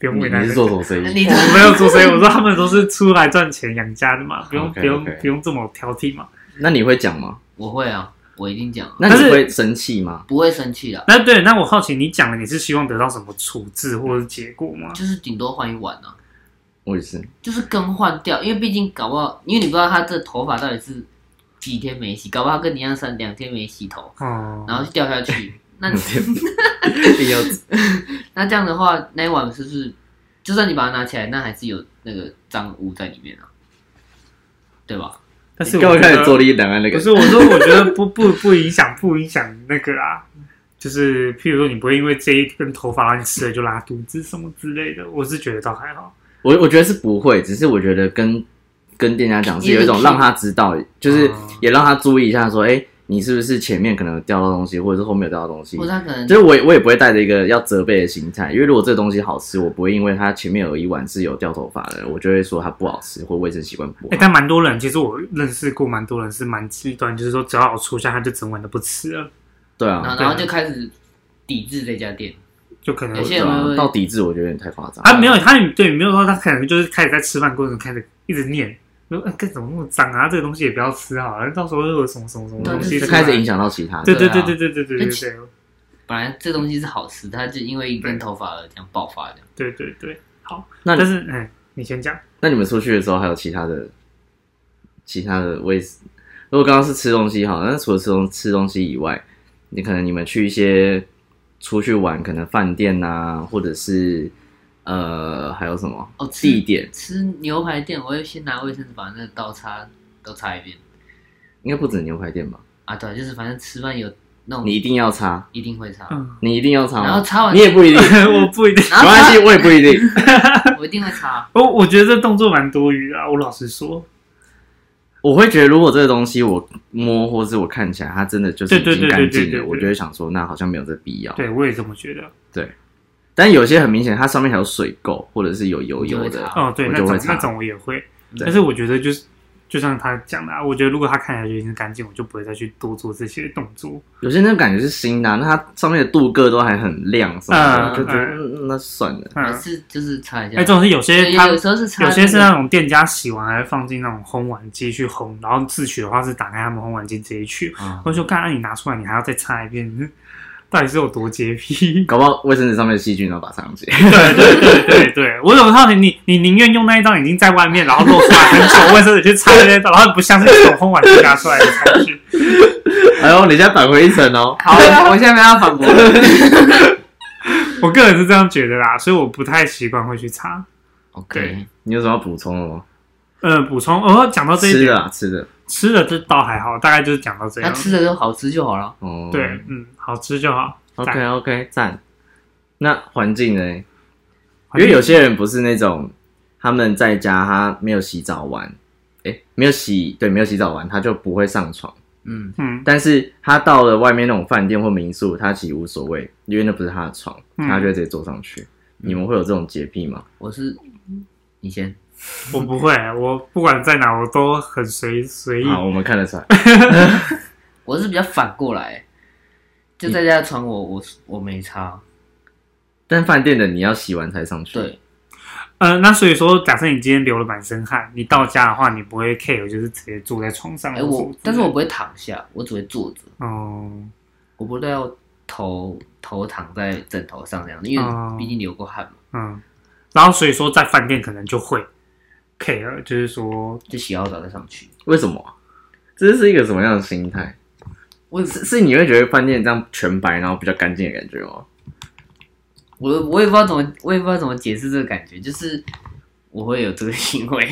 Speaker 3: 不用
Speaker 1: 你
Speaker 3: 为 难
Speaker 1: 你
Speaker 3: 人
Speaker 1: 是
Speaker 3: 家。
Speaker 1: 做什么生 意？
Speaker 2: 你怎
Speaker 3: 我没有做生意，我说他们都是出来赚钱养家的嘛，不用
Speaker 1: OK，
Speaker 3: 不用
Speaker 1: OK
Speaker 3: 不用这么挑剔嘛。
Speaker 1: 那你会讲吗？
Speaker 2: 我会啊，我一定讲啊，
Speaker 1: 那
Speaker 3: 但
Speaker 1: 你
Speaker 3: 是
Speaker 1: 会生气吗？
Speaker 2: 不会生气的，
Speaker 3: 那对，那我好奇你讲了，你是希望得到什么处置或者结果吗？
Speaker 2: 就是顶多换一碗啊，
Speaker 1: 我也是，
Speaker 2: 就是更换掉，因为毕竟搞不好，因为你不知道他这头发到底是几天没洗，搞不好他跟你一样三两天没洗头，
Speaker 3: 哦，
Speaker 2: 然后就掉下去，那
Speaker 1: 一定 要
Speaker 2: 那这样的话，那一碗是不是就算你把它拿起来，那还是有那个脏污在里面啊？对吧？
Speaker 3: 但是
Speaker 1: 跟
Speaker 3: 我
Speaker 1: 我开
Speaker 3: 觉
Speaker 1: 始做
Speaker 3: 得
Speaker 1: 立档案那
Speaker 3: 不
Speaker 1: 个，
Speaker 3: 是我说，我觉得不不不影响不影响那个啊，就是譬如说你不会因为这一根头发然后你吃了就拉肚子什么之类的，我是觉得倒还好。
Speaker 1: 我我觉得是不会，只是我觉得跟跟店家讲是
Speaker 2: 一个
Speaker 1: 有一种
Speaker 2: 提
Speaker 1: 让他知道，就是
Speaker 3: 哦
Speaker 1: 也让他注意一下，说，哎、你是不是前面可能有掉到东西，或者是后面有掉到东西
Speaker 2: 或？者他可能
Speaker 1: 就是我也我也不会带着一个要责备的心态，因为如果这个东西好吃，我不会因为它前面有一碗是有掉头发的，我就会说它不好吃或卫生习惯不
Speaker 3: 哎、
Speaker 1: 好。
Speaker 3: 但蛮多人，其实我认识过蛮多人是蛮极端，就是说只要有出现他就整碗都不吃了，
Speaker 1: 对
Speaker 2: 然
Speaker 1: 啊，
Speaker 2: 后然后就开始抵制这家店，
Speaker 3: 就可能
Speaker 2: 有
Speaker 1: 对
Speaker 2: 些人会
Speaker 1: 啊，到抵制我觉得有点太夸张。
Speaker 3: 啊，没有，他也对没有说他可能就是开始在吃饭过程中开始一直念，说哎，干、怎么那么脏啊？这个东西也不要吃好了，到时候又有什么什么什么
Speaker 2: 对
Speaker 3: 东
Speaker 2: 就
Speaker 3: 西
Speaker 1: 就是开始影
Speaker 3: 响。
Speaker 1: 响到其他
Speaker 3: 对
Speaker 1: 的。
Speaker 3: 对
Speaker 2: 对
Speaker 3: 对
Speaker 2: 啊
Speaker 3: 对对对对对
Speaker 2: 就其
Speaker 3: 对
Speaker 2: 本来这东西是好吃，它就因为一根头发而这样爆发这样。
Speaker 3: 对对对。好，
Speaker 1: 那
Speaker 3: 但是哎、你先讲，
Speaker 1: 那你们出去的时候还有其他的其他的位置？如果刚刚是吃东西好，那除了吃东吃东西以外，你可能你们去一些出去玩，可能饭店啊，或者是呃还有什么
Speaker 2: 哦，吃
Speaker 1: 地点，
Speaker 2: 吃牛排店，我会先拿卫生纸把那个刀叉都擦一遍
Speaker 1: 应该不止牛排店吧？
Speaker 2: 啊，对，就是反正吃饭有那种
Speaker 1: 你一定要擦，
Speaker 2: 一定会擦，
Speaker 3: 嗯，
Speaker 1: 你一定要擦
Speaker 2: 然后
Speaker 1: 吗，
Speaker 2: 擦完
Speaker 1: 你也不一定， 没
Speaker 3: 我不一定，
Speaker 2: 然后
Speaker 1: 关系，我也不一定。
Speaker 2: 我一定会 擦，
Speaker 3: 我我觉得这动作蛮多余啊。我老实说，
Speaker 1: 我会觉得，如果这个东西我摸或是我看起来，它真的就是已
Speaker 3: 对对
Speaker 1: 经
Speaker 3: 对
Speaker 1: 干
Speaker 3: 对对
Speaker 1: 净
Speaker 3: 对
Speaker 1: 了，
Speaker 3: 对
Speaker 1: 我就会想说，那好像没有这必要。
Speaker 3: 对我也这么觉得。
Speaker 1: 但有些很明显，它上面还有水垢，或者是有油油
Speaker 2: 我就会
Speaker 1: 的
Speaker 2: 查，
Speaker 3: 哦，对，
Speaker 1: 我
Speaker 3: 那
Speaker 1: 就会
Speaker 3: 种
Speaker 1: 擦
Speaker 3: 那种我也会，
Speaker 1: 对
Speaker 3: 但是我觉得就是就像他讲的、啊，我觉得如果他看起来就已经干净，我就不会再去多做这些动作。
Speaker 1: 有些那种感觉是新的啊、那它上面的镀铬都还很亮什么的，
Speaker 3: 嗯
Speaker 1: 就觉得、
Speaker 3: 嗯
Speaker 1: 嗯那算了。
Speaker 3: 嗯，
Speaker 2: 每次就是擦一下。
Speaker 3: 哎，重点是有些
Speaker 2: 对
Speaker 3: 他
Speaker 2: 有时候是擦
Speaker 3: 有
Speaker 2: 那个，
Speaker 3: 些是那种店家洗完还放进那种烘碗机去烘，然后自取的话是打开他们烘碗机直接去。
Speaker 1: 嗯
Speaker 2: 啊
Speaker 3: 我就说干，那你拿出来，你还要再擦一遍，嗯到底是有多洁癖？
Speaker 1: 搞不好卫生纸上面的细菌然后把它上去，
Speaker 3: 对对对对对，我有好奇，你你宁愿用那一张已经在外面，然后露出来很丑，卫生纸去擦那一张，然后你不像是从烘碗机拿出来的 才去。
Speaker 1: 哎呦，你现在返回一层哦。
Speaker 2: 好， 我现在没办法反驳了。
Speaker 3: 我个人是这样觉得啦，所以我不太习惯会去擦。
Speaker 2: OK，
Speaker 1: 你有什么要补充的吗？
Speaker 3: 呃，补充，哦，讲到这一
Speaker 1: 吃
Speaker 3: 点
Speaker 1: 的，啊，吃的。
Speaker 3: 吃的这倒还好，大概就是讲到这
Speaker 2: 那
Speaker 3: 样。
Speaker 2: 吃的都好吃就好了。
Speaker 1: 哦，
Speaker 3: 对，嗯，好吃就好。
Speaker 1: ，OK OK，赞。那环境呢？因为有些人不是那种他们在家他没有洗澡完，哎、没有洗对，没有洗澡完他就不会上床。
Speaker 2: 嗯，
Speaker 3: 嗯，
Speaker 1: 但是他到了外面那种饭店或民宿，他其实无所谓，因为那不是他的床，
Speaker 3: 嗯
Speaker 1: 他就会直接坐上去。你们会有这种洁癖吗？
Speaker 2: 我是你先，
Speaker 3: 我不会，我不管在哪，我都很随随意。
Speaker 1: 好，我们看得出来。
Speaker 2: 我是比较反过来，就在家的床我我我没擦。
Speaker 1: 但饭店的你要洗完才上去。
Speaker 2: 对，
Speaker 3: 呃，那所以说，假设你今天流了满身汗，你到家的话，你不会 care，就是直接坐在床上。
Speaker 2: 哎我但是我不会躺下，我只会坐着，
Speaker 3: 哦、
Speaker 2: 我不会要头头躺在枕头上这样，因
Speaker 3: 哦
Speaker 2: 为毕竟流过汗嘛，
Speaker 3: 嗯，然后所以说在饭店可能就会 care，就是说，
Speaker 2: 就洗好澡再上去。
Speaker 1: 为什么啊？这是一个什么样的心态？
Speaker 2: 我
Speaker 1: 是是你会觉得饭店这样全白，然后比较干净的感觉吗？
Speaker 2: 我我也不知道怎么，我也不知道怎么解释这个感觉，就是我会有这个 行为。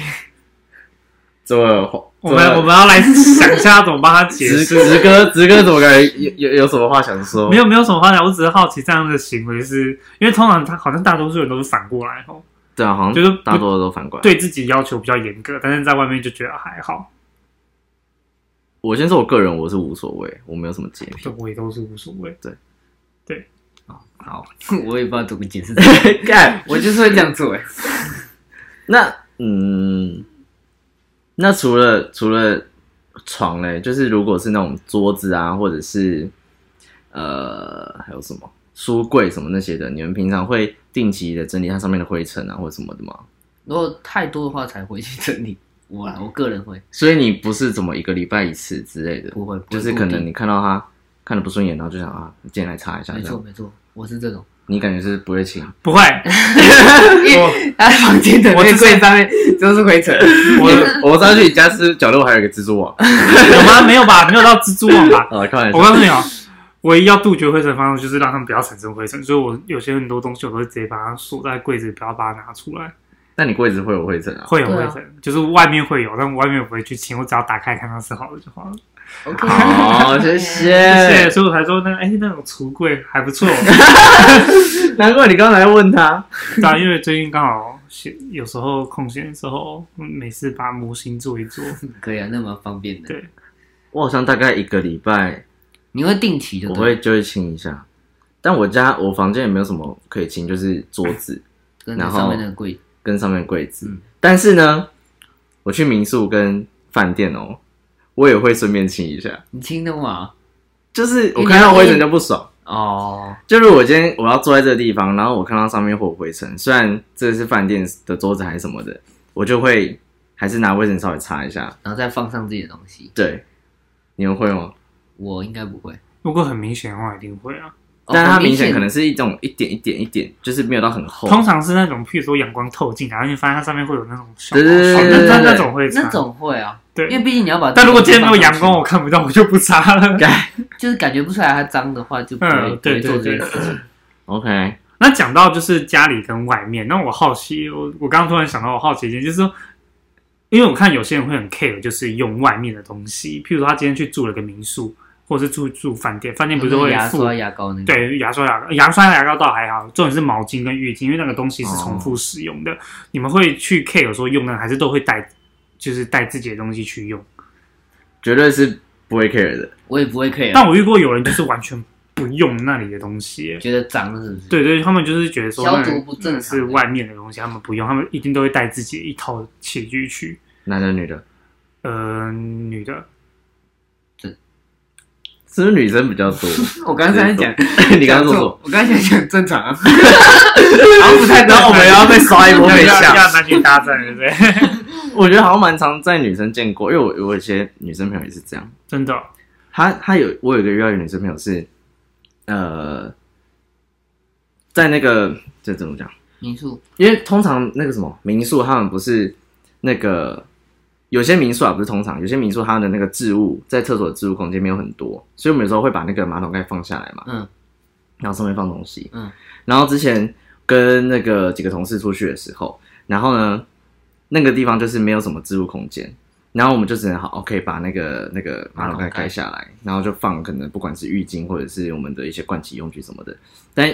Speaker 1: 这么
Speaker 3: 我们我们要来想一下怎么帮他解
Speaker 1: 直
Speaker 3: 释。
Speaker 1: 直哥直哥怎么感觉有有有什么话想说？
Speaker 3: 没有没有什么话讲，我只是好奇这样的行为是，因为通常他好像大多数人都是反过来哦，
Speaker 1: 对啊，好像
Speaker 3: 就是不
Speaker 1: 大多都反过来。
Speaker 3: 对自己要求比较严格，但是在外面就觉得还好。
Speaker 1: 我先说我个人，我是无所谓，我没有什么洁癖。
Speaker 3: 对，我也都是无所谓。对，
Speaker 2: 好，我也不知道怎么解释这个，
Speaker 1: 干，
Speaker 2: 我就是会这样做哎。
Speaker 1: 那嗯，那除了除了床嘞，就是如果是那种桌子啊，或者是呃还有什么书柜什么那些的，你们平常会定期的整理它上面的灰尘啊，或者什么的吗？
Speaker 2: 如果太多的话才会去整理，我啦，我个人会
Speaker 1: 所以你不是怎么一个礼拜一次之类的，
Speaker 2: 不会，不会
Speaker 1: 就是可
Speaker 2: 固定
Speaker 1: 能你看到它看的不顺眼，然后就想啊，今天来擦一下
Speaker 2: 没
Speaker 1: 这
Speaker 2: 错
Speaker 1: 样。
Speaker 2: 没错，我是这种。
Speaker 1: 你感觉是不会清，
Speaker 3: 不会，我
Speaker 2: 他 房间的
Speaker 3: 我
Speaker 2: 那
Speaker 3: 之
Speaker 2: 个
Speaker 3: 前
Speaker 2: 柜上面都是灰尘，
Speaker 3: 我
Speaker 1: 我上去你家吃角落还有一个蜘蛛网，
Speaker 3: 有吗？没有吧？没有到蜘蛛网 吧？
Speaker 1: 呃，开玩
Speaker 3: 我
Speaker 1: 笑，
Speaker 3: 告诉你哦，唯一要杜绝灰尘的方式就是让他们不要产生灰尘，所以我有些很多东西我都会直接把它锁在柜子，不要把它拿出来。
Speaker 1: 那你柜子会有灰尘啊？
Speaker 3: 会有
Speaker 2: 对
Speaker 3: 灰
Speaker 2: 啊
Speaker 3: 尘，就是外面会有，但外面我不会去清，我只要打开看它是好的就好了。
Speaker 2: OK
Speaker 1: 好，哦谢
Speaker 3: 谢谢，
Speaker 1: 谢。
Speaker 3: 所以我才说那哎、那种橱柜还不错，
Speaker 1: 难怪你刚才问他，
Speaker 3: 对啊，因为最近刚好闲有时候空闲的时候，嗯每次把模型做一做，
Speaker 2: 可以啊，那蛮方便的。
Speaker 3: 对，
Speaker 1: 我好像大概一个礼拜
Speaker 2: 你会定期就
Speaker 1: 我
Speaker 2: 对
Speaker 1: 会
Speaker 2: 了，
Speaker 1: 就会清一下，但我家我房间也没有什么可以清，就是桌子
Speaker 2: 跟
Speaker 1: 然
Speaker 2: 那
Speaker 1: 后
Speaker 2: 上面那个柜
Speaker 1: 跟上面柜子。
Speaker 2: 嗯
Speaker 1: 但是呢，我去民宿跟饭店哦，我也会顺便清一下，
Speaker 2: 你清的嘛？
Speaker 1: 就是
Speaker 2: 因为
Speaker 1: 我
Speaker 2: 你
Speaker 1: 看
Speaker 2: 要
Speaker 1: 到灰尘
Speaker 2: 因为
Speaker 1: 就不爽。
Speaker 2: 哦，
Speaker 1: 就是我今天我要坐在这个地方，然后我看到上面会有灰尘，虽然这是饭店的桌子还是什么的，我就会还是拿灰尘稍微擦一下。
Speaker 2: 然后再放上自己的东西，
Speaker 1: 对，你们会吗？
Speaker 2: 我应该不会。
Speaker 3: 如果很明显的话一定会啊。
Speaker 2: 哦
Speaker 1: 但它
Speaker 2: 很
Speaker 1: 明显可能是一种一点一点一点，就是没有到很厚。
Speaker 3: 通常是那种，譬如说阳光透进来，然后你发现它上面会有那种小毛
Speaker 1: 对对
Speaker 3: 刷
Speaker 1: 对
Speaker 3: 那
Speaker 1: 对
Speaker 3: 那
Speaker 1: 对
Speaker 3: 那种会擦
Speaker 2: 那种会啊，因为
Speaker 3: 对。
Speaker 2: 毕竟你要把。
Speaker 3: 但如果今天没有阳光，我，看不到，我就不擦了。
Speaker 1: 该
Speaker 2: 就是感觉不出来它脏的话，就不会
Speaker 3: 嗯
Speaker 2: 不会
Speaker 3: 对
Speaker 2: 做
Speaker 3: 对
Speaker 2: 这
Speaker 3: 对
Speaker 2: 件事情。
Speaker 1: OK，
Speaker 3: 那讲到就是家里跟外面，那我好奇，我我刚刚突然想到，我好奇一件，就是说，因为我看有些人会很 care，就是用外面的东西，譬如说他今天去住了个民宿，或者是住住饭店，饭店不是会
Speaker 2: 牙
Speaker 3: 附
Speaker 2: 刷、牙膏那个？，
Speaker 3: 对牙刷、牙膏、牙刷、牙膏倒还好，重点是毛巾跟浴巾，因为那个东西是重复使用的，你们会去 care 说用那个，还是都会带，就是带自己的东西去用？
Speaker 1: 绝对是不会 care 的。
Speaker 2: 我也不会 care，
Speaker 3: 但我遇过有人就是完全不用那里的东西、欸
Speaker 2: 觉得脏是不是？
Speaker 3: 对对，他们就是觉得说
Speaker 2: 消
Speaker 3: 那
Speaker 2: 毒不正常
Speaker 3: 那是外面的东西，他们不用，他们一定都会带自己一套器具去。
Speaker 1: 男的女的，
Speaker 3: 呃，女的，
Speaker 1: 是不是女生比较多？
Speaker 2: 我刚才讲，
Speaker 1: 你刚刚说什么？
Speaker 2: 错，我刚才讲正常啊，好像不 太
Speaker 1: 然后我们要 被刷一波
Speaker 3: 要
Speaker 1: 被
Speaker 3: 要
Speaker 1: 吓
Speaker 3: 要。男女大战，对不对？
Speaker 1: 我觉得好像蛮常在女生见过，因为我我有一些女生朋友也是这样。
Speaker 3: 真的哦，
Speaker 1: 她她有我有一个遇到一个女生朋友是，呃，在那个这怎么讲？
Speaker 2: 民宿
Speaker 1: 因为通常那个什么民宿，他们不是那个有些民宿啊，不是通常有些民宿它的那个置物在厕所的置物空间没有很多，所以我们有时候会把那个马桶盖放下来嘛，
Speaker 2: 嗯，
Speaker 1: 然后上面放东西，
Speaker 2: 嗯，
Speaker 1: 然后之前跟那个几个同事出去的时候，然后呢那个地方就是没有什么置物空间。然后我们就只能好，OK，把那个那个马桶盖
Speaker 2: 马桶盖
Speaker 1: 盖下来，然后就放可能不管是浴巾或者是我们的一些盥洗用具什么的，但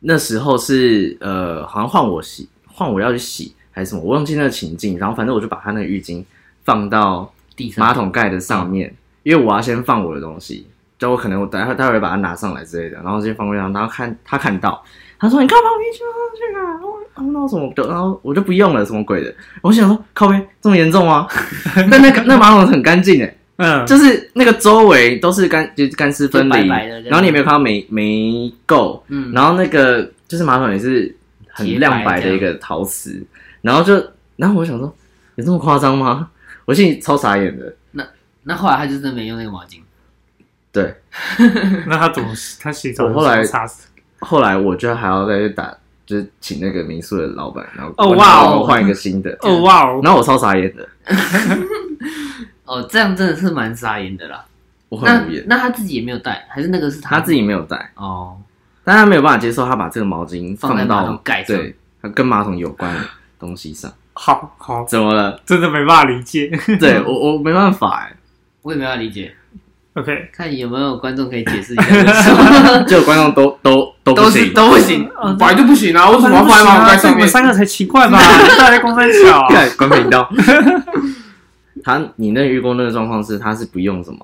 Speaker 1: 那时候是呃，好像换我洗，换我要去洗还是什么，我忘记那个情境。然后反正我就把他那个浴巾放到
Speaker 2: 地上
Speaker 1: 马桶盖的上面，因为我要先放我的东西，就我可能我待会待会把它拿上来之类的，然后先放柜上，然后看他看到，他说你干嘛没去这个啊？我我那什么的，然后我就不用了，什么鬼的？我想说靠边这么严重 吗？但那个那马桶很干净诶，
Speaker 3: 嗯，
Speaker 1: 就是那个周围都是干就是干湿分
Speaker 2: 就白
Speaker 1: 离，
Speaker 2: 白的这样
Speaker 1: 然后你也没有看到霉霉垢。
Speaker 2: 嗯，
Speaker 1: 然后那个就是马桶也是很亮白的一个陶瓷，然后就，然后我想说，有这么夸张吗？我心里超傻眼的。
Speaker 2: 那后来他就真的没用那个毛巾，
Speaker 1: 对，
Speaker 3: 那他怎么洗他洗澡
Speaker 1: 我后来
Speaker 3: 的时候擦死？
Speaker 1: 后来我就还要再去打，就是请那个民宿的老板，然后
Speaker 3: 哦哇哦
Speaker 1: 我换一个新的，
Speaker 3: 哦哇哦，
Speaker 1: 然后我超傻眼的，
Speaker 2: 哦，这样真的是蛮傻眼的啦。
Speaker 1: 我
Speaker 2: 那
Speaker 1: 很无言。
Speaker 2: 那他自己也没有带，还是那个是
Speaker 1: 他自
Speaker 2: 己
Speaker 1: 己没有带，
Speaker 2: 哦？
Speaker 1: 但他没有办法接受他把这个毛巾
Speaker 2: 放在马
Speaker 1: 到
Speaker 2: 桶盖上
Speaker 1: 对，跟马桶有关的东西上。
Speaker 3: 好好，
Speaker 1: 怎么了？
Speaker 3: 真的没办法理解。
Speaker 1: 对我我没办法哎、
Speaker 2: 我也没办法理解，
Speaker 3: OK，
Speaker 2: 看有没有观众可以解释一下为 什么，
Speaker 1: 就观众都都都不
Speaker 2: 都是
Speaker 1: 行，哦
Speaker 2: 都不行，本来就不行啊，为什么要放在马桶盖
Speaker 3: 对
Speaker 2: 上
Speaker 3: 我们
Speaker 2: 面？
Speaker 1: 啊
Speaker 3: 三个才奇怪吧？大家公三小啊，
Speaker 1: 看啊 关频道。他，你那个遇过那个状况是，他是不用什么，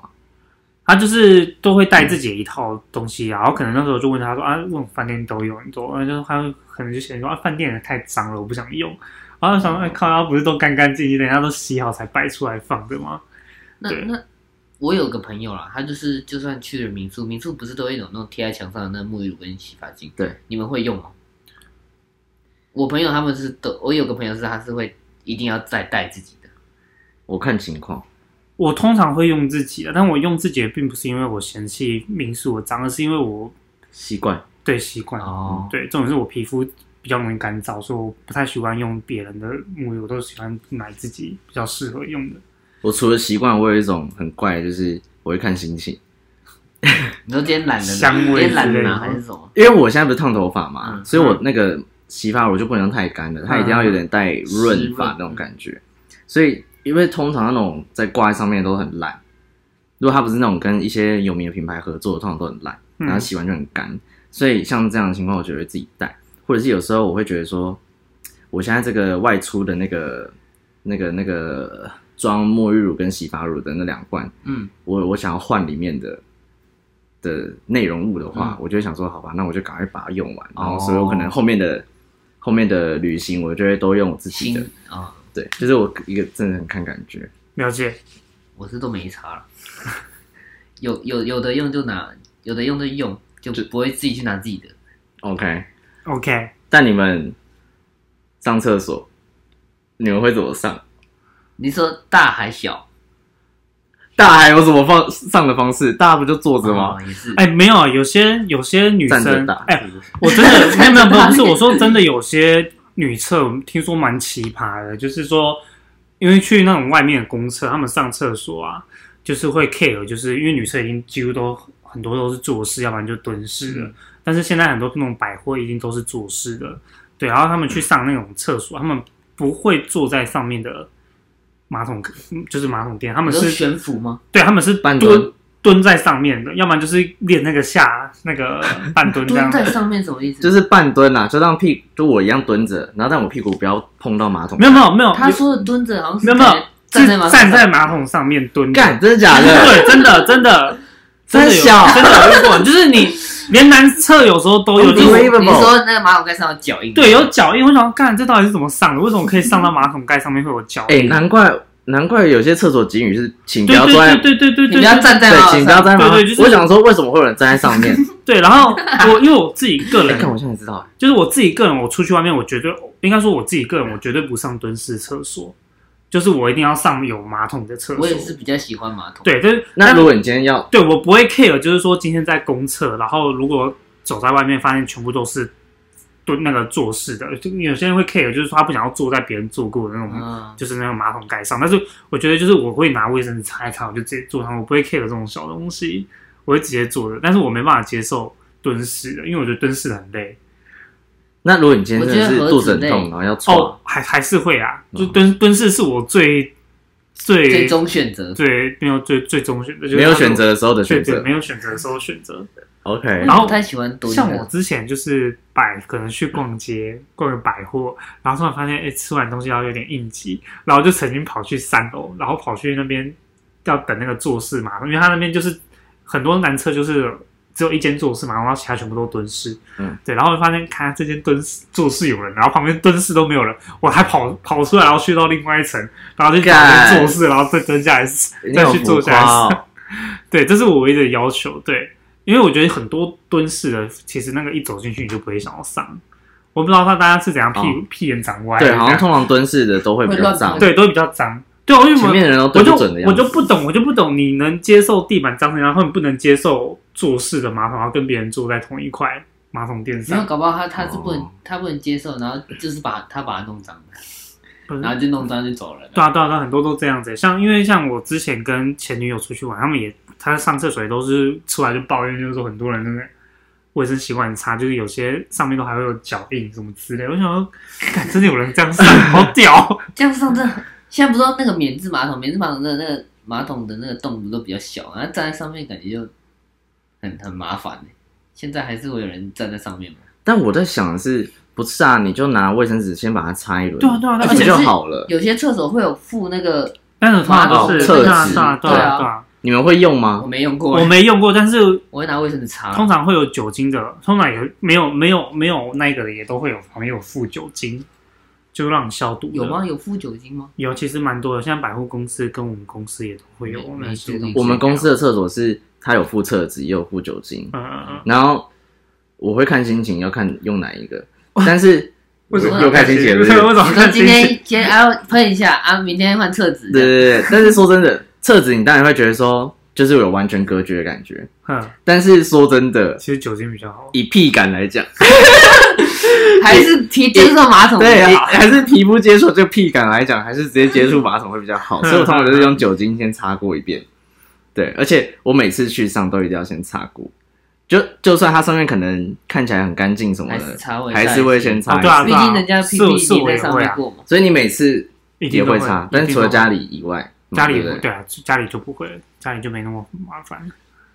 Speaker 3: 他就是都会带自己的一套东西啊。然后可能那时候就问他说啊，问饭店都有，你说，然后就他可能就嫌说啊，饭店也太脏了，我不想用。然后想说，哎、靠，他不是都干干净净的，人家都洗好才摆出来放的吗？
Speaker 2: 那
Speaker 3: 对
Speaker 2: 那我有个朋友啦，他就是就算去了民宿，民宿不是都会有那种贴在墙上的那沐浴乳跟洗发精？
Speaker 1: 对，
Speaker 2: 你们会用吗？我朋友他们是都，我有个朋友是他是会一定要再带自己的，
Speaker 1: 我看情况。
Speaker 3: 我通常会用自己的，但我用自己的并不是因为我嫌弃民宿的脏，而是因为我
Speaker 1: 习惯
Speaker 3: 对习惯
Speaker 2: 哦
Speaker 3: 对，重点是我皮肤比较容易干燥，所以我不太喜欢用别人的沐浴，我都喜欢买自己比较适合用的。
Speaker 1: 我除了习惯，我有一种很怪，就是我会看心情。
Speaker 2: 你说今天懒得拿
Speaker 3: 香味
Speaker 2: 今天懒得
Speaker 3: 之类
Speaker 2: 拿
Speaker 3: 的
Speaker 2: 还是什么？
Speaker 1: 因为我现在不是烫头发嘛，
Speaker 2: 嗯
Speaker 1: 所以我那个洗发乳就不能太干了，它一定要有点带润
Speaker 2: 湿
Speaker 1: 发
Speaker 2: 润
Speaker 1: 那种感觉。所以，因为通常那种在挂在上面都很烂，如果它不是那种跟一些有名的品牌合作，通常都很烂，
Speaker 3: 嗯
Speaker 1: 然后洗完就很干。所以像这样的情况，我就会自己带，或者是有时候我会觉得说，我现在这个外出的那个、那个、那个装沐浴乳跟洗发乳的那两罐，
Speaker 2: 嗯，
Speaker 1: 我我想要换里面的的内容物的
Speaker 3: 嗯
Speaker 1: 话，我就会想说，好吧，那我就赶快把它用完，然后
Speaker 2: 哦
Speaker 1: 所以我可能后面的后面的旅行，我就会都用我自己
Speaker 2: 新
Speaker 1: 的，
Speaker 2: 啊、
Speaker 1: 对，就是我一个真的很看感觉，
Speaker 3: 了解，
Speaker 2: 我是都没差了， 有有有的用就拿，有的用就用，就不会自己去拿自己的。
Speaker 1: OK。
Speaker 3: OK，
Speaker 1: 但你们上厕所，你们会怎么上？
Speaker 2: 你说大还小
Speaker 1: 大还有什么方上的方式？大不就坐着吗？
Speaker 2: 哦也是，
Speaker 3: 哎、没有，啊，有些有些女
Speaker 1: 站着
Speaker 3: 生
Speaker 1: 打，
Speaker 3: 哎、我真的没有没有没有，不是我说真的，有些女厕听说蛮奇葩的，就是说，因为去那种外面的公厕，他们上厕所啊，就是会 care，就是因为女厕已经几乎都很多都是坐式，要不然就蹲式了。
Speaker 2: 嗯
Speaker 3: 但是现在很多那种百货一定都是坐式的，对，然后他们去上那种厕所，他们不会坐在上面的马桶，就是马桶垫，他
Speaker 2: 你
Speaker 3: 们
Speaker 2: 说
Speaker 3: 是
Speaker 2: 悬浮吗？
Speaker 3: 对，他们是
Speaker 1: 半
Speaker 3: 蹲
Speaker 1: 蹲
Speaker 3: 蹲在上面的，要不然就是练那个下 那个半蹲这
Speaker 2: 蹲
Speaker 3: 样。
Speaker 2: 在上面什么意思？
Speaker 1: 就是半蹲啦、就让屁就我一样蹲着，然后但我屁股不要碰到马桶。
Speaker 3: 没有没有没有，
Speaker 2: 他说的蹲着好像是
Speaker 3: 没有没有
Speaker 2: 站
Speaker 3: 是
Speaker 2: 在马
Speaker 3: 站在
Speaker 2: 上
Speaker 3: 马桶上面蹲着。
Speaker 1: 干，真的假的？
Speaker 3: 对，真的真的真
Speaker 1: 真
Speaker 3: 的有
Speaker 1: 小
Speaker 3: 真的有遇 过，就是你连男厕有时候都有，
Speaker 2: 你
Speaker 3: 就是
Speaker 1: 对
Speaker 2: 说你说那个马桶盖上有脚印，
Speaker 3: 对有脚印，我想说干这到底是怎么上的？为什么可以上到马桶盖上面会有脚
Speaker 1: 哎、
Speaker 3: 印？
Speaker 1: 难怪难怪有些厕所警语是请不
Speaker 3: 对
Speaker 1: 要坐在
Speaker 3: 对，对对对
Speaker 2: 你
Speaker 3: 对
Speaker 2: 不要
Speaker 3: 对，
Speaker 2: 站在马
Speaker 1: 请
Speaker 2: 桶
Speaker 1: 不要站
Speaker 2: 上。
Speaker 1: 在马桶
Speaker 3: 对对就是
Speaker 1: 我想说，为什么会有人站在上 面？
Speaker 3: 对。然后我因为我自己个
Speaker 1: 哎，
Speaker 3: 人
Speaker 1: 看我现在知道了，
Speaker 3: 就是我自己个人，我出去外面，我绝对应该说我自己个人，我绝对不上蹲式厕所，就是我一定要上有马桶的厕所。
Speaker 2: 我也是比较喜欢马桶。，
Speaker 3: 对，就是
Speaker 1: 那
Speaker 3: 但
Speaker 1: 如果你今天要，
Speaker 3: 对我不会 care，就是说今天在公厕，然后如果走在外面发现全部都是蹲那个坐式的，就有些人会 care，就是说他不想要坐在别人坐过的那种，
Speaker 2: 嗯，
Speaker 3: 就是那种马桶盖上。但是我觉得就是我会拿卫生纸擦一擦，我就直接坐上，我不会 care 这种小东西，我会直接坐的。但是我没办法接受蹲式的，因为我觉得蹲式的很累。
Speaker 1: 那如果你今天真的
Speaker 2: 我觉
Speaker 1: 是
Speaker 2: 得盒子
Speaker 1: 肚子很痛，
Speaker 2: 类
Speaker 1: 然后要搓，
Speaker 3: 哦，还还是会啊，
Speaker 1: 嗯
Speaker 3: 就蹲、蹲式是我最最
Speaker 2: 最终选择。
Speaker 3: 最没有最最终选择，就是
Speaker 1: 没有
Speaker 3: 它是我
Speaker 1: 选择的时候的
Speaker 3: 对
Speaker 1: 选
Speaker 3: 对，
Speaker 1: 择
Speaker 3: 没有选择的时候选择。
Speaker 1: ，OK，
Speaker 3: 然后
Speaker 2: 我不太喜欢蹲
Speaker 3: 像我
Speaker 2: 的，
Speaker 3: 之前就是百可能去逛街逛个百货，然后突然发现哎、诶吃完东西要有点应急，然后就曾经跑去三楼，然后跑去那边要等那个坐式马桶，因为他那边就是很多男厕就是。只有一间坐式马桶，然后其他全部都蹲式。
Speaker 1: 嗯，
Speaker 3: 对，然后发现，看这间蹲式坐式有人，然后旁边蹲式都没有人，我还跑跑出来，然后去到另外一层，然后就找
Speaker 1: 干
Speaker 3: 人坐式，然后再蹲下来，
Speaker 1: 你
Speaker 3: 再
Speaker 1: 好
Speaker 3: 去
Speaker 1: 浮
Speaker 3: 坐下来
Speaker 1: 夸。哦。
Speaker 3: 对，这是我唯一的要求。对，因为我觉得很多蹲式的，其实那个一走进去你就不会想要上。我不知道他大家是怎样屁、
Speaker 1: 哦
Speaker 3: 屁眼长歪，
Speaker 1: 对，好像通常蹲式的都会比较脏
Speaker 2: 会，
Speaker 3: 对都比较脏。对，哦我就
Speaker 1: 前面的人都
Speaker 3: 我
Speaker 1: 对
Speaker 3: 就
Speaker 1: 不准的
Speaker 3: 我
Speaker 1: 样
Speaker 3: 就
Speaker 1: 子。
Speaker 3: 不懂，我就不懂，你能接受地板脏成这样，然后你不能接受坐式的马桶，然后跟别人坐在同一块马桶垫
Speaker 2: 没有
Speaker 3: 上，
Speaker 2: 搞不好他他是不能
Speaker 1: 哦
Speaker 2: 他不能接受，然后就是把他把它弄脏了，
Speaker 3: 不是
Speaker 2: 然后就弄脏就走了。
Speaker 3: 对啊，对啊，对啊，很多都这样子欸。像因为像我之前跟前女友出去玩，他们也她上厕所也都是出来就抱怨，就是说很多人真的卫生习惯很差，就是有些上面都还会有脚印什么之类的。我想说，干真的有人这样上，好 屌！
Speaker 2: 这样上真的，现在不知道那个免治马桶，免治马桶的那个马桶的那个洞不都比较小，然后站在上面感觉就很很麻烦、欸、现在还是会有人站在上面吗？
Speaker 1: 但我在想的是，不是啊？你就拿卫生纸先把它擦一轮，
Speaker 3: 对啊，对啊，对啊
Speaker 1: 而
Speaker 3: 而
Speaker 1: 且
Speaker 3: 且
Speaker 1: 就好了。
Speaker 2: 有些厕所会有附那个
Speaker 3: 但是通常都
Speaker 1: 马桶
Speaker 3: 是对
Speaker 1: 厕
Speaker 3: 啊，
Speaker 1: 纸
Speaker 3: 对啊，对啊，对啊。
Speaker 1: 你们会用
Speaker 2: 我
Speaker 1: 吗？
Speaker 2: 没用过欸，
Speaker 3: 我没用过，但是
Speaker 2: 我会拿卫生纸
Speaker 1: 啊
Speaker 2: 擦。
Speaker 3: 通常会有酒精的，通常有没有没有没有那个的也都会有旁边有附酒精，就让你消毒。
Speaker 2: 有？吗？有附酒精吗？
Speaker 3: 有，其实蛮多的，像百货公司跟我们公司也都会有
Speaker 2: 没
Speaker 3: 那些东西。
Speaker 1: 我们公司的厕所是它有附厕纸，也有附酒精，
Speaker 3: 嗯，嗯嗯，
Speaker 1: 然后我会看心情，要看用哪一个，但是
Speaker 3: 为什么
Speaker 1: 又看心 情了
Speaker 3: 为
Speaker 1: 是不
Speaker 3: 什
Speaker 1: 是
Speaker 3: 么
Speaker 2: 你说
Speaker 3: 看
Speaker 2: 今
Speaker 3: 心情？
Speaker 2: 天今天啊喷一下啊，明天换厕纸。
Speaker 1: 对对对，但是说真的，厕纸你当然会觉得说，就是有完全隔绝的感觉。
Speaker 3: 嗯，
Speaker 1: 但是说真的，
Speaker 3: 其实酒精比较好。
Speaker 1: 以屁感来讲，
Speaker 2: 还是提接触马桶比
Speaker 1: 对，
Speaker 2: 较
Speaker 1: 以
Speaker 3: 啊
Speaker 2: 好。
Speaker 1: 还是皮肤接触这个屁感来讲，还是直接接触马桶会比较 好。
Speaker 3: 嗯
Speaker 1: 所以我通常就是用酒精先擦过一遍。对，而且我每次去上都一定要先擦过，就就算它上面可能看起来很干净什么
Speaker 2: 还是
Speaker 1: 的，
Speaker 2: 擦卫生
Speaker 1: 还是会先擦
Speaker 3: 哦，
Speaker 1: 一
Speaker 3: 对
Speaker 1: 下。
Speaker 3: 啊，
Speaker 2: 毕
Speaker 3: 对啊
Speaker 2: 竟人家
Speaker 3: 是
Speaker 2: PPT
Speaker 3: 是我
Speaker 2: 在
Speaker 3: 也
Speaker 2: 上
Speaker 3: 会
Speaker 2: 面
Speaker 3: 啊，
Speaker 2: 过嘛。
Speaker 1: 所以你每次
Speaker 3: 一定
Speaker 1: 也
Speaker 3: 都
Speaker 1: 会
Speaker 3: 会
Speaker 1: 擦，但是除了家，里以外，嗯
Speaker 3: 一定都会家
Speaker 1: 对
Speaker 3: 里
Speaker 1: 不对
Speaker 3: 对啊，家里就不会了，家里就没那么麻烦，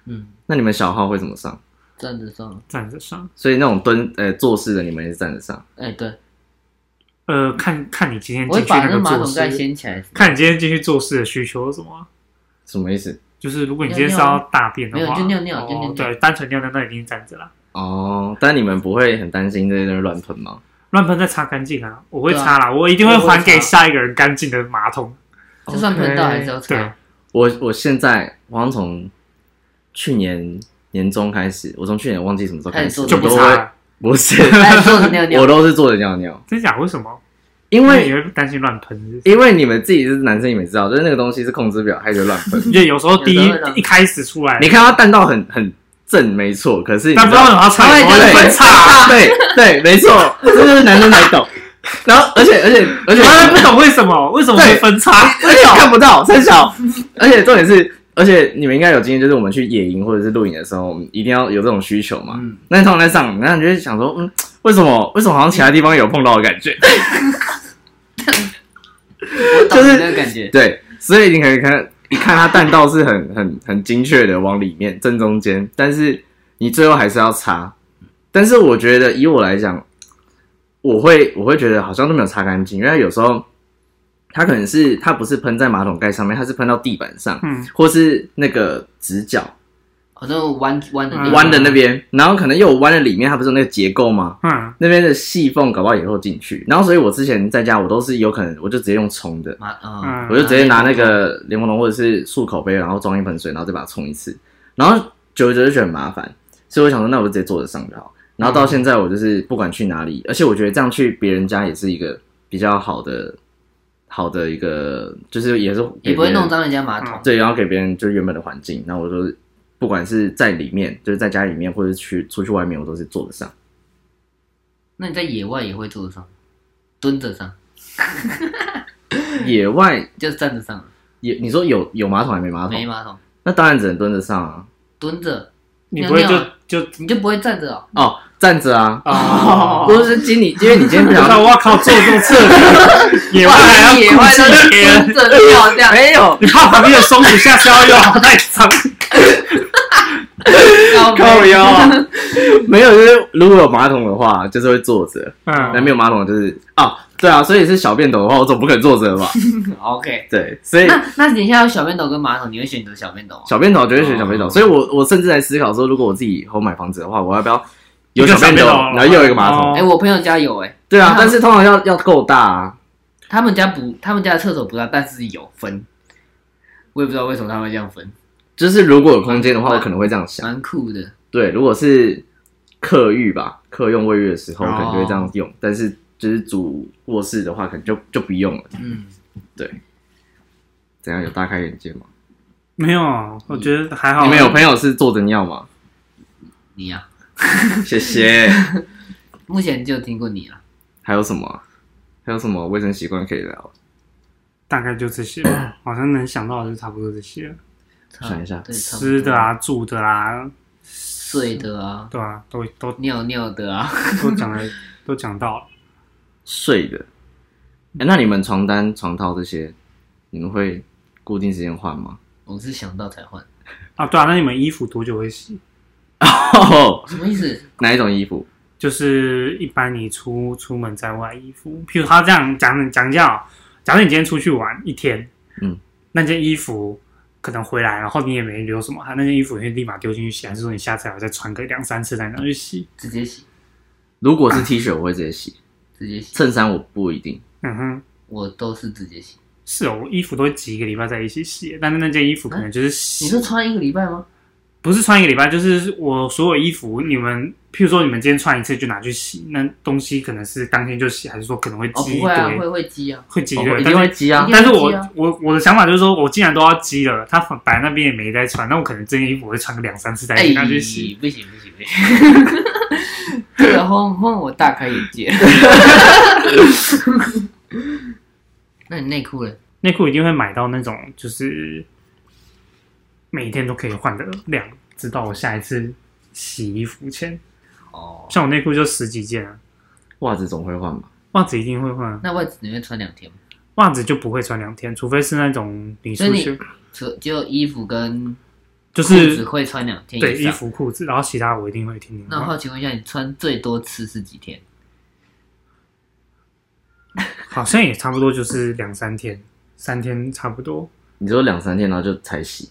Speaker 2: 嗯，
Speaker 1: 那你们小号会怎么上？
Speaker 2: 站着上。
Speaker 3: 站着上。
Speaker 1: 所以那种蹲呃坐式的，你们也是站着上。
Speaker 2: 哎，对，
Speaker 3: 呃，看看你今天
Speaker 2: 我
Speaker 3: 进
Speaker 2: 会
Speaker 3: 去
Speaker 2: 把
Speaker 3: 那
Speaker 2: 那
Speaker 3: 个
Speaker 2: 马
Speaker 3: 做
Speaker 2: 桶盖
Speaker 3: 事，
Speaker 2: 掀起来。
Speaker 3: 看你今天进去做事的需求是什么啊。
Speaker 1: 什么意思？
Speaker 3: 就是如果你今天是要大便的
Speaker 2: 没有
Speaker 3: 话，
Speaker 2: 就尿尿
Speaker 3: 哦
Speaker 2: 就尿尿
Speaker 3: 对，单纯尿尿那一定是站着啦。
Speaker 1: 哦，但你们不会很担心这些人乱喷吗？
Speaker 3: 乱喷再擦干净啊！我会
Speaker 2: 对啊
Speaker 3: 擦啦，我一定会
Speaker 2: 我也会
Speaker 3: 还给
Speaker 2: 擦
Speaker 3: 下一个人干净的马桶。
Speaker 2: 就算喷到还是要
Speaker 3: OK，对啊
Speaker 2: 擦。
Speaker 1: 我我现在我好像从去年年中开始，我从去年忘记什么时候开始，
Speaker 2: 开始
Speaker 1: 我
Speaker 2: 坐
Speaker 3: 就
Speaker 2: 着
Speaker 1: 都
Speaker 3: 不
Speaker 1: 会
Speaker 3: 擦了。
Speaker 1: 不是，
Speaker 2: 哎，坐着尿尿
Speaker 1: 我。都是坐着尿尿，
Speaker 3: 真假？为什么？
Speaker 1: 因
Speaker 3: 因为你
Speaker 1: 为
Speaker 3: 会担心乱喷是不是。。
Speaker 1: 因为你们自己是男生，你们知道，就是那个东西是控制不了，还得乱喷
Speaker 3: 就有时候第一
Speaker 2: 有时候会让
Speaker 3: 一开始出来，
Speaker 1: 你看它弹道很很正，没错，可是你
Speaker 3: 但不知道为什么要擦，
Speaker 2: 它会
Speaker 3: 我
Speaker 2: 这样
Speaker 3: 会分叉啊。
Speaker 1: 对对，没错，这就是男生才懂。然后，而且而且而且
Speaker 3: 我也不懂为什么，为什么会分叉？
Speaker 1: 而且看不到三小，而且重点是，而且你们应该有经验，就是我们去野营或者是露营的时候，我们一定要有这种需求嘛。
Speaker 2: 嗯，
Speaker 1: 那你通常在上，然后你就会想说，嗯，为什么为什么好像其他地方有碰到的感觉？
Speaker 2: 我懂
Speaker 1: 就是
Speaker 2: 你那个感觉。
Speaker 1: 对，所以你可以看，一看它弹道是很很很精确的往里面正中间，但是你最后还是要擦。但是我觉得以我来讲，我会我会觉得好像都没有擦干净，因为有时候它可能是它不是喷在马桶盖上面，它是喷到地板上，
Speaker 3: 嗯，
Speaker 1: 或是那个直角
Speaker 2: 哦，那种弯弯的那
Speaker 3: 嗯
Speaker 2: 个
Speaker 1: 弯的那边，然后可能又有弯的里面，它不是有那个结构吗？
Speaker 3: 嗯，
Speaker 1: 那边的细缝搞不好也会进去。然后所以我之前在家我都是有可能我就直接用冲的，
Speaker 2: 马啊
Speaker 3: 嗯，
Speaker 1: 我就直接拿那个柠檬龙或者是漱口杯，然后装一盆水，然后再把它冲一次。然后久而久之就觉得很麻烦，所以我想说，那我就直接坐着上就好。然后到现在，我就是不管去哪里，而且我觉得这样去别人家也是一个比较好的、好的一个，就是也是
Speaker 2: 嗯也不会
Speaker 1: 给别人
Speaker 2: 弄脏人家马桶。
Speaker 1: 对，然后给别人就是原本的环境。那我就是不管是在里面，就是在家里面，或者是去出去外面，我都是坐着上。
Speaker 2: 那你在野外也会坐着上，蹲着上，
Speaker 1: 野外
Speaker 2: 就站着上，
Speaker 1: 也你说有有马桶还没马
Speaker 2: 没
Speaker 1: 桶，
Speaker 2: 马桶，
Speaker 1: 那当然只能蹲着上啊。
Speaker 2: 蹲着
Speaker 3: 你不会
Speaker 2: 尿尿啊
Speaker 3: 就就
Speaker 2: 你就不会站着哦。
Speaker 1: 哦，站着啊，
Speaker 3: 啊？
Speaker 1: 不是经理，因为你今天不想
Speaker 3: 那我靠，坐坐厕 所，野外还要
Speaker 2: 野
Speaker 3: 顾
Speaker 2: 外
Speaker 3: 及
Speaker 2: 都
Speaker 3: 别人
Speaker 2: 蹲着尿这样，
Speaker 1: 哎没有，
Speaker 3: 你怕旁边的松鼠下次要 用太长，
Speaker 2: 靠背
Speaker 1: 靠腰啊， 没有，就是如果有马桶的话，就是会坐着；那
Speaker 3: 嗯，
Speaker 1: 没有马桶就是哦，对啊，所以是小便斗的话，我总不可能坐着吧？
Speaker 2: OK，
Speaker 1: 对，所以
Speaker 2: 那那等一下有小便斗跟马桶，你会选择小便斗吗？
Speaker 1: 小便斗绝对选小便斗。
Speaker 2: 哦
Speaker 1: 所以我我甚至在思考说，如果我自己以后买房子的话，我要不要有
Speaker 3: 一个
Speaker 1: 小便斗，
Speaker 3: 小便斗
Speaker 1: 然后又有一个马桶？
Speaker 3: 哦
Speaker 2: 哎、我朋友家有哎、
Speaker 1: 对啊，但是通常要要够大啊。
Speaker 2: 他们家不，他们家的厕所不大，但是有分。我也不知道为什么他会这样分，
Speaker 1: 就是如果有空间的话，我可能会这样想。
Speaker 2: 蛮酷的。
Speaker 1: 对，如果是客浴吧，客用卫浴的时候，我可能就会这样用。但是就是主卧室的话，可能就就不用了。
Speaker 2: 嗯，
Speaker 1: 怎样？有大开眼界吗？
Speaker 3: 没有，我觉得还好。啊
Speaker 1: 你们有朋友是坐着尿吗？
Speaker 2: 你呀、
Speaker 1: 谢 谢。
Speaker 2: 目前就听过你了。
Speaker 1: 还有什么啊？还有什么卫生习惯可以聊？
Speaker 3: 大概就这些吧，好像能想到的就差不多这些了。
Speaker 2: 差
Speaker 1: 想一下
Speaker 2: 啊对，差不多
Speaker 3: 吃的，啊，住的啊，
Speaker 2: 睡的啊，
Speaker 3: 对啊，都都
Speaker 2: 尿尿的啊，
Speaker 3: 都讲了，都讲到了。
Speaker 1: 睡的、哎，那你们床单、床套这些，你们会固定时间换吗？
Speaker 2: 我是想到才换。
Speaker 3: 啊，对啊，那你们衣服多久会洗？
Speaker 2: 什么意思？
Speaker 1: 哦哪一种衣服？
Speaker 3: 就是一般你出出门在外衣服，譬如他这样讲讲一下、哦，假如你今天出去玩一天，
Speaker 1: 嗯，
Speaker 3: 那件衣服可能回来，然后你也没留什么，他那件衣服你会立马丢进去洗，还是说你下次还要再穿个两三次再拿去洗？
Speaker 2: 直接洗，
Speaker 1: 如果是 T 恤，我会直接洗；
Speaker 2: 直接洗，
Speaker 1: 衬衫我不一定。
Speaker 3: 嗯哼，
Speaker 2: 我都是直接洗。
Speaker 3: 是哦，我衣服都会挤一个礼拜在一起洗，但是那件衣服
Speaker 2: 啊
Speaker 3: 可能就是洗，
Speaker 2: 你是穿一个礼拜吗？
Speaker 3: 不是穿一个礼拜，就是我所有衣服，你们譬如说你们今天穿一次就拿去洗，那东西可能是当天就洗，还是说可能会
Speaker 2: 哦，
Speaker 3: 积一
Speaker 2: 不
Speaker 3: 堆，
Speaker 2: 会啊，会会积啊，
Speaker 3: 会积一
Speaker 1: 哦
Speaker 3: 堆，
Speaker 1: 我一
Speaker 3: 但
Speaker 1: 定
Speaker 3: 是
Speaker 1: 会积啊
Speaker 2: 一定！
Speaker 3: 但是
Speaker 2: 会
Speaker 3: 我
Speaker 2: 积啊
Speaker 3: 我我的想法就是说，我既然都要积了，他摆那边也没在穿，那我可能这件衣服我会穿个两三次再
Speaker 2: 哎，
Speaker 3: 拿去洗。
Speaker 2: 不行不行不行， 这个轰轰我大开眼界。 那你内裤嘞？
Speaker 3: 内裤一定会买到那种就是每天都可以换的量，直到我下一次洗衣服前。
Speaker 2: 哦，
Speaker 3: 像我内裤就十几件啊，
Speaker 1: 袜子总会换吧？
Speaker 3: 袜子一定会换啊，
Speaker 2: 那袜子你会穿两天吗？
Speaker 3: 袜子就不会穿两天，除非是那种你出
Speaker 2: 所以
Speaker 3: 去
Speaker 2: 除就衣服跟
Speaker 3: 就
Speaker 2: 裤子
Speaker 3: 是
Speaker 2: 会穿两天
Speaker 3: 对
Speaker 2: 以
Speaker 3: 衣
Speaker 2: 上。
Speaker 3: 服裤子，然后其他我一定会天天
Speaker 2: 那我
Speaker 3: 换，
Speaker 2: 好奇问一下，你穿最多次是几天？
Speaker 3: 好像也差不多就是两三天，三天差不多，
Speaker 1: 你说两三天然后就才洗，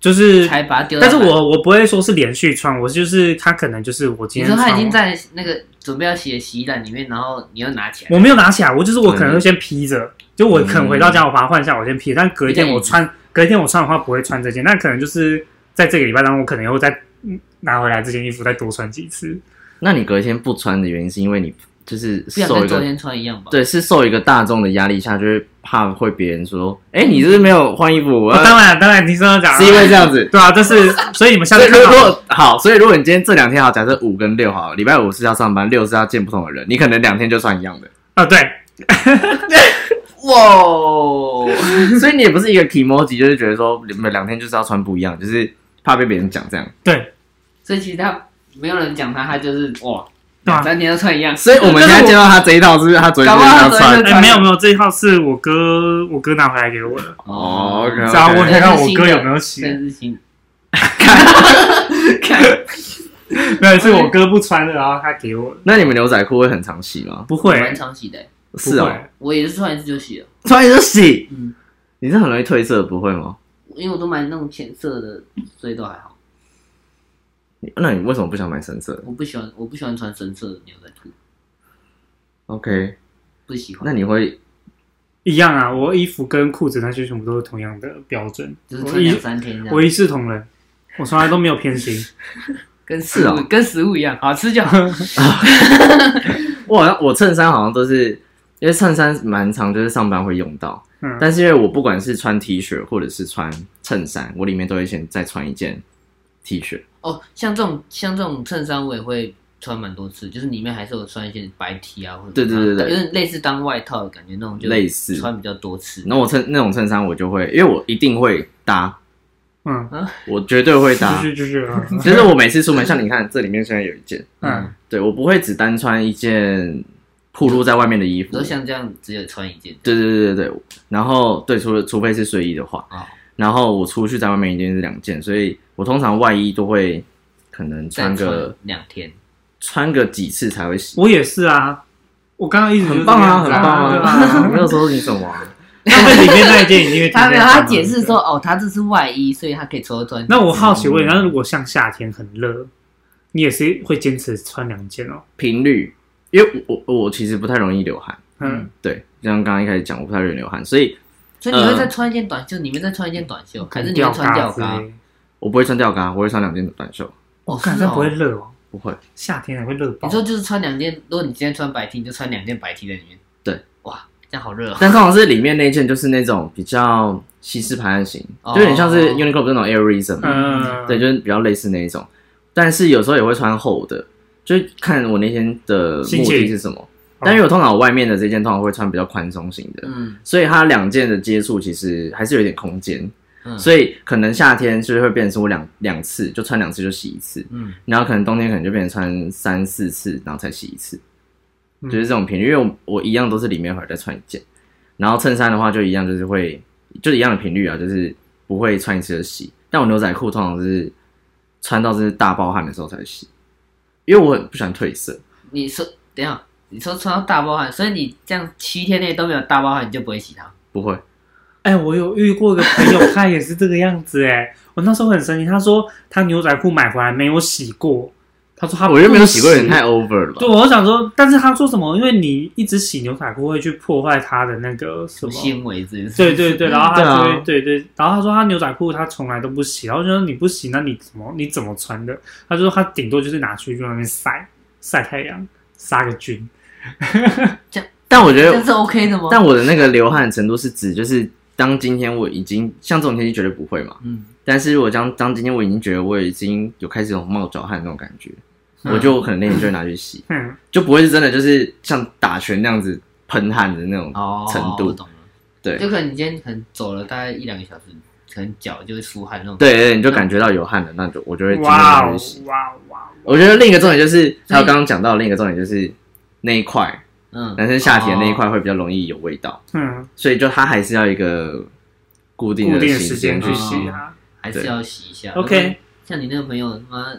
Speaker 3: 就是
Speaker 2: 才把它丢到
Speaker 3: 但
Speaker 2: 哪？
Speaker 3: 是我我不会说是连续穿，我就是他可能就是我今
Speaker 2: 你
Speaker 3: 天
Speaker 2: 说
Speaker 3: 穿
Speaker 2: 他已经
Speaker 3: 完
Speaker 2: 在那个准备要洗的洗衣篮里面，然后你又拿起来，
Speaker 3: 我没有拿起来，我就是我可能会先披着，就我可能
Speaker 1: 嗯
Speaker 3: 回到家我把它换下，我先披着。但隔一天我穿，隔一天我穿的话不会穿这件，那可能就是在这个礼拜当中，我可能又再嗯拿回来这件衣服再多穿几次。
Speaker 1: 那你隔一天不穿的原因是因为你就是
Speaker 2: 不想
Speaker 1: 受
Speaker 2: 跟
Speaker 1: 一
Speaker 2: 昨
Speaker 1: 个
Speaker 2: 天穿一样吧？
Speaker 1: 对，是受一个大众的压力下，就是怕会别人说，哎、你是不是没有换衣服，我
Speaker 3: 哦
Speaker 1: 要
Speaker 3: 当然当然，你这样讲
Speaker 1: 呃是因为这样子。
Speaker 3: 对啊，但是所以你们下
Speaker 1: 所以
Speaker 3: 次
Speaker 1: 如
Speaker 3: 看到
Speaker 1: 果好，所以如果你今天这两天好，假设五跟六好，礼拜五是要上班，六是要见不同的人，你可能两天就穿一样的，
Speaker 3: 啊，对，
Speaker 2: 哦
Speaker 1: 哇！所以你也不是一个 emoji，就是觉得说你们两天就是要穿不一样，就是怕被别人讲这样。
Speaker 2: 所以其实他没有人讲他，他就是哇，
Speaker 3: 对啊
Speaker 2: 两三天都穿一样。
Speaker 1: 所 以我们现在见到他这一套，是不是他昨天就是要
Speaker 2: 搞不好他昨
Speaker 1: 穿
Speaker 2: 天？
Speaker 3: 哎，没有没有，这一套是我哥我哥拿回来给我的，
Speaker 1: 哦，OK，OK
Speaker 3: 只要问看看我哥有没有洗，
Speaker 2: 真 是新，
Speaker 3: 没有是
Speaker 2: 嗯
Speaker 3: 我哥不穿的，然后他给我的，
Speaker 1: 那你们牛仔裤会很常洗吗？
Speaker 3: 不
Speaker 2: 我
Speaker 3: 会
Speaker 2: 蛮常洗的欸。
Speaker 3: 不
Speaker 1: 是哦，
Speaker 3: 会，
Speaker 2: 我也是穿一次就洗了，
Speaker 1: 穿一次洗，
Speaker 2: 嗯，
Speaker 1: 你是很容易褪色，不会吗？
Speaker 2: 因为我都买那种浅色的，所以都还好。
Speaker 1: 你那你为什么不想买深色的
Speaker 2: 我不喜欢，我不喜欢穿深色的牛仔裤，
Speaker 1: ？OK，
Speaker 2: 不喜欢。
Speaker 1: 那你会
Speaker 3: 一样啊，我衣服跟裤子那些全部都是同样的标准，
Speaker 2: 就是
Speaker 3: 我
Speaker 2: 穿
Speaker 3: 一
Speaker 2: 两三天这
Speaker 3: 我
Speaker 2: 样，
Speaker 3: 一视同仁，我从来都没有 偏心。
Speaker 2: 跟
Speaker 1: 是
Speaker 2: 食物
Speaker 1: 哦
Speaker 2: 跟食物一样，好吃就好。
Speaker 1: 我好像我衬衫好像都是，因为衬衫蛮常就是上班会用到，
Speaker 3: 嗯，
Speaker 1: 但是因为我不管是穿 T 恤或者是穿衬衫，我里面都会先再穿一件 T 恤。
Speaker 2: 哦，像这种像这种衬衫，我也会穿蛮多次，就是里面还是有穿一些白 T 啊，或者
Speaker 1: 对对对对
Speaker 2: 有点类似当外套的感觉，那种就
Speaker 1: 类似
Speaker 2: 穿比较多次。
Speaker 1: 然后我衬那种衬衫我就会，因为我一定会搭，
Speaker 3: 嗯，
Speaker 1: 我绝对会搭。
Speaker 3: 继续继续啊，
Speaker 1: 就是我每次出门，像你看这里面现在有一件，
Speaker 3: 嗯，
Speaker 1: 对我不会只单穿一件暴露在外面的衣服
Speaker 2: 比。如像这样只有穿一件，
Speaker 1: 对对对对对，然后对，除了除非是睡衣的话，
Speaker 2: 啊
Speaker 1: 然后我出去在外面一定是两件，所以我通常外衣都会可能
Speaker 2: 再
Speaker 1: 穿个
Speaker 2: 穿两天。
Speaker 1: 穿个几次才会洗。
Speaker 3: 我也是啊，我刚刚一直就是
Speaker 1: 很棒啊，
Speaker 3: 这
Speaker 1: 很
Speaker 3: 样
Speaker 1: 棒
Speaker 3: 子
Speaker 1: 啊！ 我没有说你什么啊、
Speaker 3: 对啊他们里面那一件已经
Speaker 2: 他没有，他解释说，。哦，他这是外衣，所以他可以抽穿。
Speaker 3: 那我好奇问，那如果像夏天很热，你也是会坚持穿两件哦？
Speaker 1: 频率，因为我我我其实不太容易流汗，
Speaker 3: 嗯，
Speaker 1: 对，就像刚刚一开始讲，我不太容易流汗，所以
Speaker 2: 所以你
Speaker 1: 嗯
Speaker 2: 会再穿一件短袖，里面再穿一件短
Speaker 3: 嗯
Speaker 2: 袖，还是你会穿吊
Speaker 3: 之
Speaker 2: 嘎？
Speaker 3: 类的。
Speaker 1: 我不会穿吊嘎，我会穿两件短袖，
Speaker 2: 哦，
Speaker 3: 我看这
Speaker 2: 是哦
Speaker 3: 不会热哦，
Speaker 1: 不会。
Speaker 3: 夏天还会热爆
Speaker 2: 你。说就是穿两件，如果你今天穿白 T，你就穿两件白 T 在里面。
Speaker 1: 对，
Speaker 2: 哇，这样好热哦。
Speaker 1: 但通常是里面那件就是那种比较西式排汗型，
Speaker 2: 哦
Speaker 1: 就有点像是 Uniqlo 那种 Airism，、
Speaker 3: 嗯，
Speaker 1: 对，，就是比较类似那一种。但是有时候也会穿厚的，就是看我那天的
Speaker 3: 心
Speaker 1: 目
Speaker 3: 情嗯
Speaker 1: 的是什么。但因为我通常我外面的这件通常会穿比较宽松型的，
Speaker 2: 嗯
Speaker 1: 所以它两件的接触其实还是有点空间，
Speaker 2: 嗯，以
Speaker 1: 所以可能夏天就是会变成是我两两次就穿两次就洗一次，
Speaker 2: 嗯，
Speaker 1: 然后可能冬天可能就变成穿三四次，然后才洗一次，
Speaker 3: 嗯
Speaker 1: 就是这种频率。因为我我一样都是里面会再穿一件，然后衬衫的话就一样，就是会就一样的频率啊，就是不会穿一次就洗。但我牛仔裤通常是穿到是大爆汗的时候才洗，因为我很不喜欢褪色。
Speaker 2: 你说等一下，你说穿到大包汗，所以你这样七天内都没有大包汗，你就不会洗它。
Speaker 1: 不会，
Speaker 3: 哎、我有遇过一个朋友，他也是这个样子哎、 我那时候很生气，他说他牛仔裤买回来没有洗过，他说他
Speaker 1: 我觉得没有洗过有
Speaker 3: 人
Speaker 1: 点太 over 了吧
Speaker 3: 对，？我想说，但是他说什么？因为你一直洗牛仔裤会去破坏它的那个什么？
Speaker 2: 纤维这件事。
Speaker 3: 对对对，然后他
Speaker 1: 对
Speaker 3: 就
Speaker 1: 啊
Speaker 3: 会对对，然后他说他牛仔裤他从来都不洗，然后就说你不洗，那你怎么你怎么穿的？他就说他顶多就是拿去就外面晒晒太阳，杀个菌。
Speaker 1: 但我觉
Speaker 2: 这是
Speaker 1: 得，
Speaker 2: OK 的吗？
Speaker 1: 但我的那个流汗程度是指，就是当今天我已经像这种天气绝对不会嘛，
Speaker 2: 嗯，
Speaker 1: 但是我当当今天我已经觉得我已经有开始有冒脚汗那种感觉，
Speaker 2: 嗯
Speaker 1: 我就可能那天就会拿去洗，
Speaker 3: 嗯，
Speaker 1: 就不会是真的就是像打拳那样子喷汗的那种
Speaker 2: 哦，
Speaker 1: 程
Speaker 2: 我
Speaker 1: 度。
Speaker 2: 懂了。
Speaker 1: 对
Speaker 2: 就可能你今天可能走了大概一两个小时，可能脚就会出汗那种。
Speaker 1: 对对，你就感觉到有汗了，那就我就会尽量
Speaker 3: 哇
Speaker 1: 拿
Speaker 3: 哦
Speaker 1: 去洗。
Speaker 3: 哇哦哇哦！
Speaker 1: 我觉得另一个重点就是，还有刚刚讲到的另一个重点就是那一块，
Speaker 2: 嗯，
Speaker 1: 男生下体的那一块会比较容易有味道，
Speaker 3: 嗯，
Speaker 1: 所以就它还是要一个固定
Speaker 3: 固
Speaker 1: 的
Speaker 3: 定的时
Speaker 1: 间
Speaker 3: 间嗯
Speaker 1: 去
Speaker 3: 去
Speaker 1: 洗。
Speaker 3: 洗它。
Speaker 2: 还是要洗一下。
Speaker 3: 对
Speaker 2: 不然
Speaker 3: OK
Speaker 2: 像你那个朋友，他妈
Speaker 1: 哎、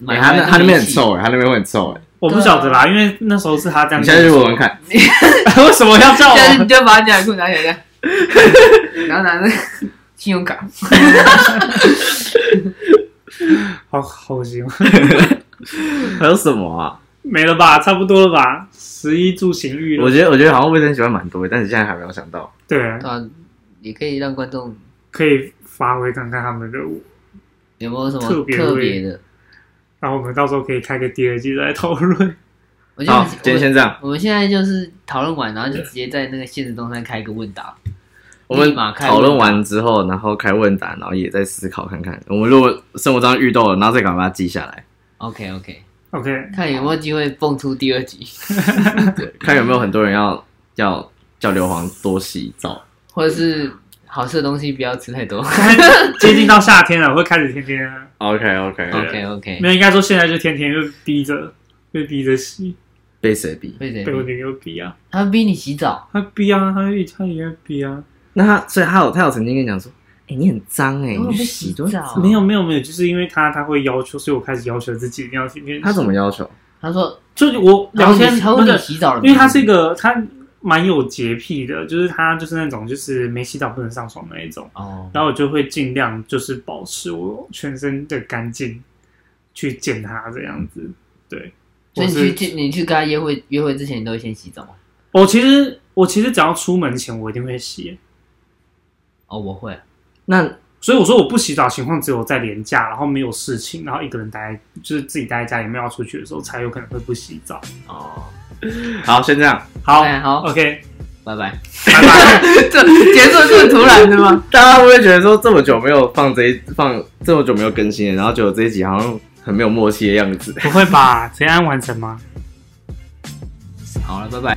Speaker 2: 买
Speaker 1: 他
Speaker 2: 回
Speaker 1: 那
Speaker 2: 来
Speaker 1: 他那
Speaker 2: 都没
Speaker 1: 边很
Speaker 2: 洗，
Speaker 1: 臭，他那边会很臭。哎，
Speaker 3: 我不晓得啦，因为那时候是他这样
Speaker 1: 你
Speaker 3: 跟
Speaker 1: 下去
Speaker 3: 我
Speaker 1: 闻
Speaker 3: 说。
Speaker 1: 闻看。
Speaker 3: 为什么要
Speaker 2: 下
Speaker 3: 叫
Speaker 2: 次
Speaker 3: 我
Speaker 2: 你？就把你的裤拿起来，然 后拿 那个信用卡。
Speaker 3: 好好恶心哦，
Speaker 1: 还有什么啊？
Speaker 3: 没了吧， 差不多了吧？十一住行娱乐
Speaker 1: 我，觉得我觉得好像卫生习惯蛮多的，但是现在还没有想到。
Speaker 3: 对，
Speaker 2: 对啊，也可以让观众
Speaker 3: 可以发挥看看他们的舞。
Speaker 2: 有没有什么
Speaker 3: 特别
Speaker 2: 特别的？
Speaker 3: 然后我们到时候可以开个第二季再讨论。
Speaker 2: 我觉得
Speaker 1: 好
Speaker 2: 我，
Speaker 1: 今天先这样。
Speaker 2: 我们现在就是讨论完，然后就直接在那个现实中上开一个问答。
Speaker 1: 我们
Speaker 2: 立马开
Speaker 1: 讨论
Speaker 2: 问答
Speaker 1: 完之后，然后开问答，然后也再思考看看。我们如果生活中遇到了，然后再赶快把它记下 来，
Speaker 2: OK OK，
Speaker 3: 嗯 OK，
Speaker 2: 看有没有机会蹦出第二集，
Speaker 1: 对，看有没有很多人要要叫硫磺多洗澡。
Speaker 2: 或者是好吃的东西不要吃太多。
Speaker 3: 接近到夏天了，会开始天天了。
Speaker 1: OK OK，
Speaker 2: OK OK，
Speaker 3: 没有，应该说现在就天天就逼着，被逼着洗，
Speaker 1: 被谁比？
Speaker 2: 会怎
Speaker 3: 被我
Speaker 2: 样？
Speaker 3: 女友逼啊，
Speaker 2: 他逼你洗澡，
Speaker 3: 她逼啊，她也她也逼啊。
Speaker 1: 那他所以他有他有曾经跟你讲说，哎、你很脏哎、
Speaker 2: 我
Speaker 1: 你去
Speaker 2: 被
Speaker 1: 洗
Speaker 2: 洗
Speaker 1: 多
Speaker 2: 澡。
Speaker 3: 没有没有没有，就是因为她她会要求，所以我开始要求自己一定要天天洗。
Speaker 1: 他怎么要求？
Speaker 2: 他说
Speaker 3: 就是我聊天
Speaker 2: 他
Speaker 3: 那
Speaker 2: 问你
Speaker 3: 个，
Speaker 2: 洗澡了没，
Speaker 3: 因为她是一个她蛮有洁癖的，就是她就是那种就是没洗澡不能上床那一种。
Speaker 2: 哦，
Speaker 3: 然后我就会尽量就是保持我全身的干净去见他这样子。对，
Speaker 2: 所以
Speaker 3: 我是
Speaker 2: 你去去你去跟他约会约会之前，你都会先洗澡吗？
Speaker 3: 我其实我其实只要出门前我一定会洗，
Speaker 2: 哦，我会，
Speaker 1: 那
Speaker 3: 所以我说我不洗澡的情况只有在廉价，然后没有事情，然后一个人待在就是自己待在家里没有要出去的时候，才有可能会不洗澡。
Speaker 2: 哦，
Speaker 1: 好，先这样。
Speaker 3: 好
Speaker 2: 哎好
Speaker 3: ，OK，
Speaker 2: 拜拜。
Speaker 3: 拜拜。
Speaker 2: 这结束这么突然的吗？
Speaker 1: 大家会不会觉得说这么久没有放这一放这么久没有更新了，然后觉得这一集好像很没有默契的样子？
Speaker 3: 不会 吧？怎样完成吗？
Speaker 2: 好了，拜拜。